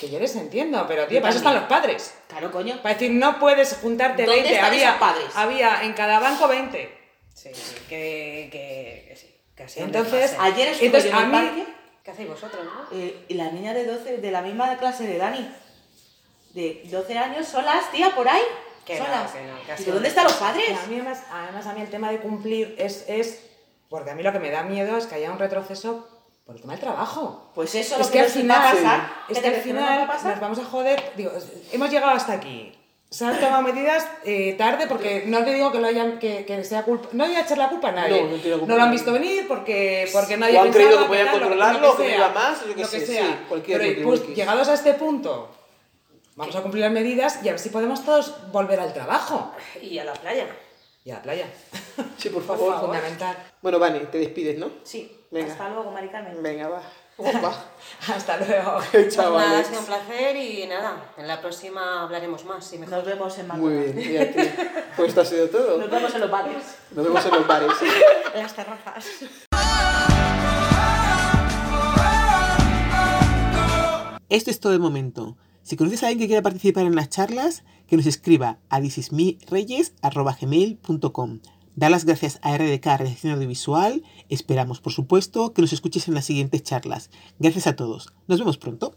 Speaker 2: que yo les entiendo, pero tío, para eso están
Speaker 3: también.
Speaker 2: los padres.
Speaker 3: Claro, coño.
Speaker 2: Para decir, no puedes juntarte
Speaker 3: ¿Dónde
Speaker 2: 20.
Speaker 3: están
Speaker 2: Había,
Speaker 3: esos padres?
Speaker 2: había en cada banco 20.
Speaker 4: Sí, sí, que, que, que sí. Que así
Speaker 2: Entonces,
Speaker 4: no les pasa.
Speaker 3: Ayer estuve
Speaker 2: Entonces,
Speaker 3: yo en el
Speaker 2: a mí-
Speaker 3: parque
Speaker 4: ¿qué hacéis vosotros, no?
Speaker 3: eh, y la niña de 12, de la misma clase de Dani, de 12 años, solas, tía, por ahí.
Speaker 4: Que no,
Speaker 3: solas.
Speaker 4: que no, que
Speaker 3: Digo,
Speaker 4: así no.
Speaker 3: ¿Dónde están los padres?
Speaker 2: Y a mí además, además a mí el tema de cumplir es, es, porque a mí lo que me da miedo es que haya un retroceso por el tema del trabajo.
Speaker 3: Pues eso
Speaker 2: es
Speaker 3: lo
Speaker 2: que al
Speaker 3: nos va a
Speaker 2: final,
Speaker 3: pasar.
Speaker 2: es
Speaker 3: ¿Qué
Speaker 2: que al
Speaker 3: te crees no
Speaker 2: final
Speaker 3: nos va a pasar?
Speaker 2: nos vamos a joder. Digo, es- hemos llegado hasta aquí. Se han tomado medidas eh, tarde porque no te digo que lo hayan que, que sea culpa no voy a echar la culpa a nadie
Speaker 1: No, no tiene la culpa
Speaker 2: lo han
Speaker 1: nadie.
Speaker 2: visto venir porque porque nadie
Speaker 1: O han
Speaker 2: pensaba
Speaker 1: creído que podían
Speaker 2: tal, lo
Speaker 1: controlarlo,
Speaker 2: lo
Speaker 1: que no
Speaker 2: sea,
Speaker 1: iba más, yo qué
Speaker 2: lo que
Speaker 1: sé,
Speaker 2: sea.
Speaker 1: sí, cualquier
Speaker 2: pero
Speaker 1: motivo
Speaker 2: pues,
Speaker 1: X.
Speaker 2: llegados a este punto vamos a cumplir las medidas y a ver si podemos todos volver al trabajo
Speaker 4: Y a la playa.
Speaker 2: y a la playa
Speaker 1: Sí, por
Speaker 2: por
Speaker 1: favor.
Speaker 2: favor fundamental
Speaker 1: Bueno, Vani, te despides, ¿no?
Speaker 3: Sí,
Speaker 1: Venga.
Speaker 3: hasta luego, Mari Carmen.
Speaker 1: Venga, va. Opa.
Speaker 2: hasta luego
Speaker 1: Chao,
Speaker 4: Pues nada, ha
Speaker 1: Alex.
Speaker 4: sido un placer y nada, en la próxima hablaremos más y mejor.
Speaker 3: Nos vemos en
Speaker 1: Muy
Speaker 3: McDonald's.
Speaker 1: bien, y a ti. Pues esto ha sido
Speaker 3: Nos
Speaker 1: todo.
Speaker 3: vemos en los bares.
Speaker 1: Nos vemos en los bares.
Speaker 4: En las terrazas.
Speaker 1: Esto es todo de momento. Si conoces a alguien que quiera participar en las charlas, que nos escriba a thisismireyes.com. Da las gracias a RDK Redacción Audiovisual. Esperamos, por supuesto, que nos escuches en las siguientes charlas. Gracias a todos. Nos vemos pronto.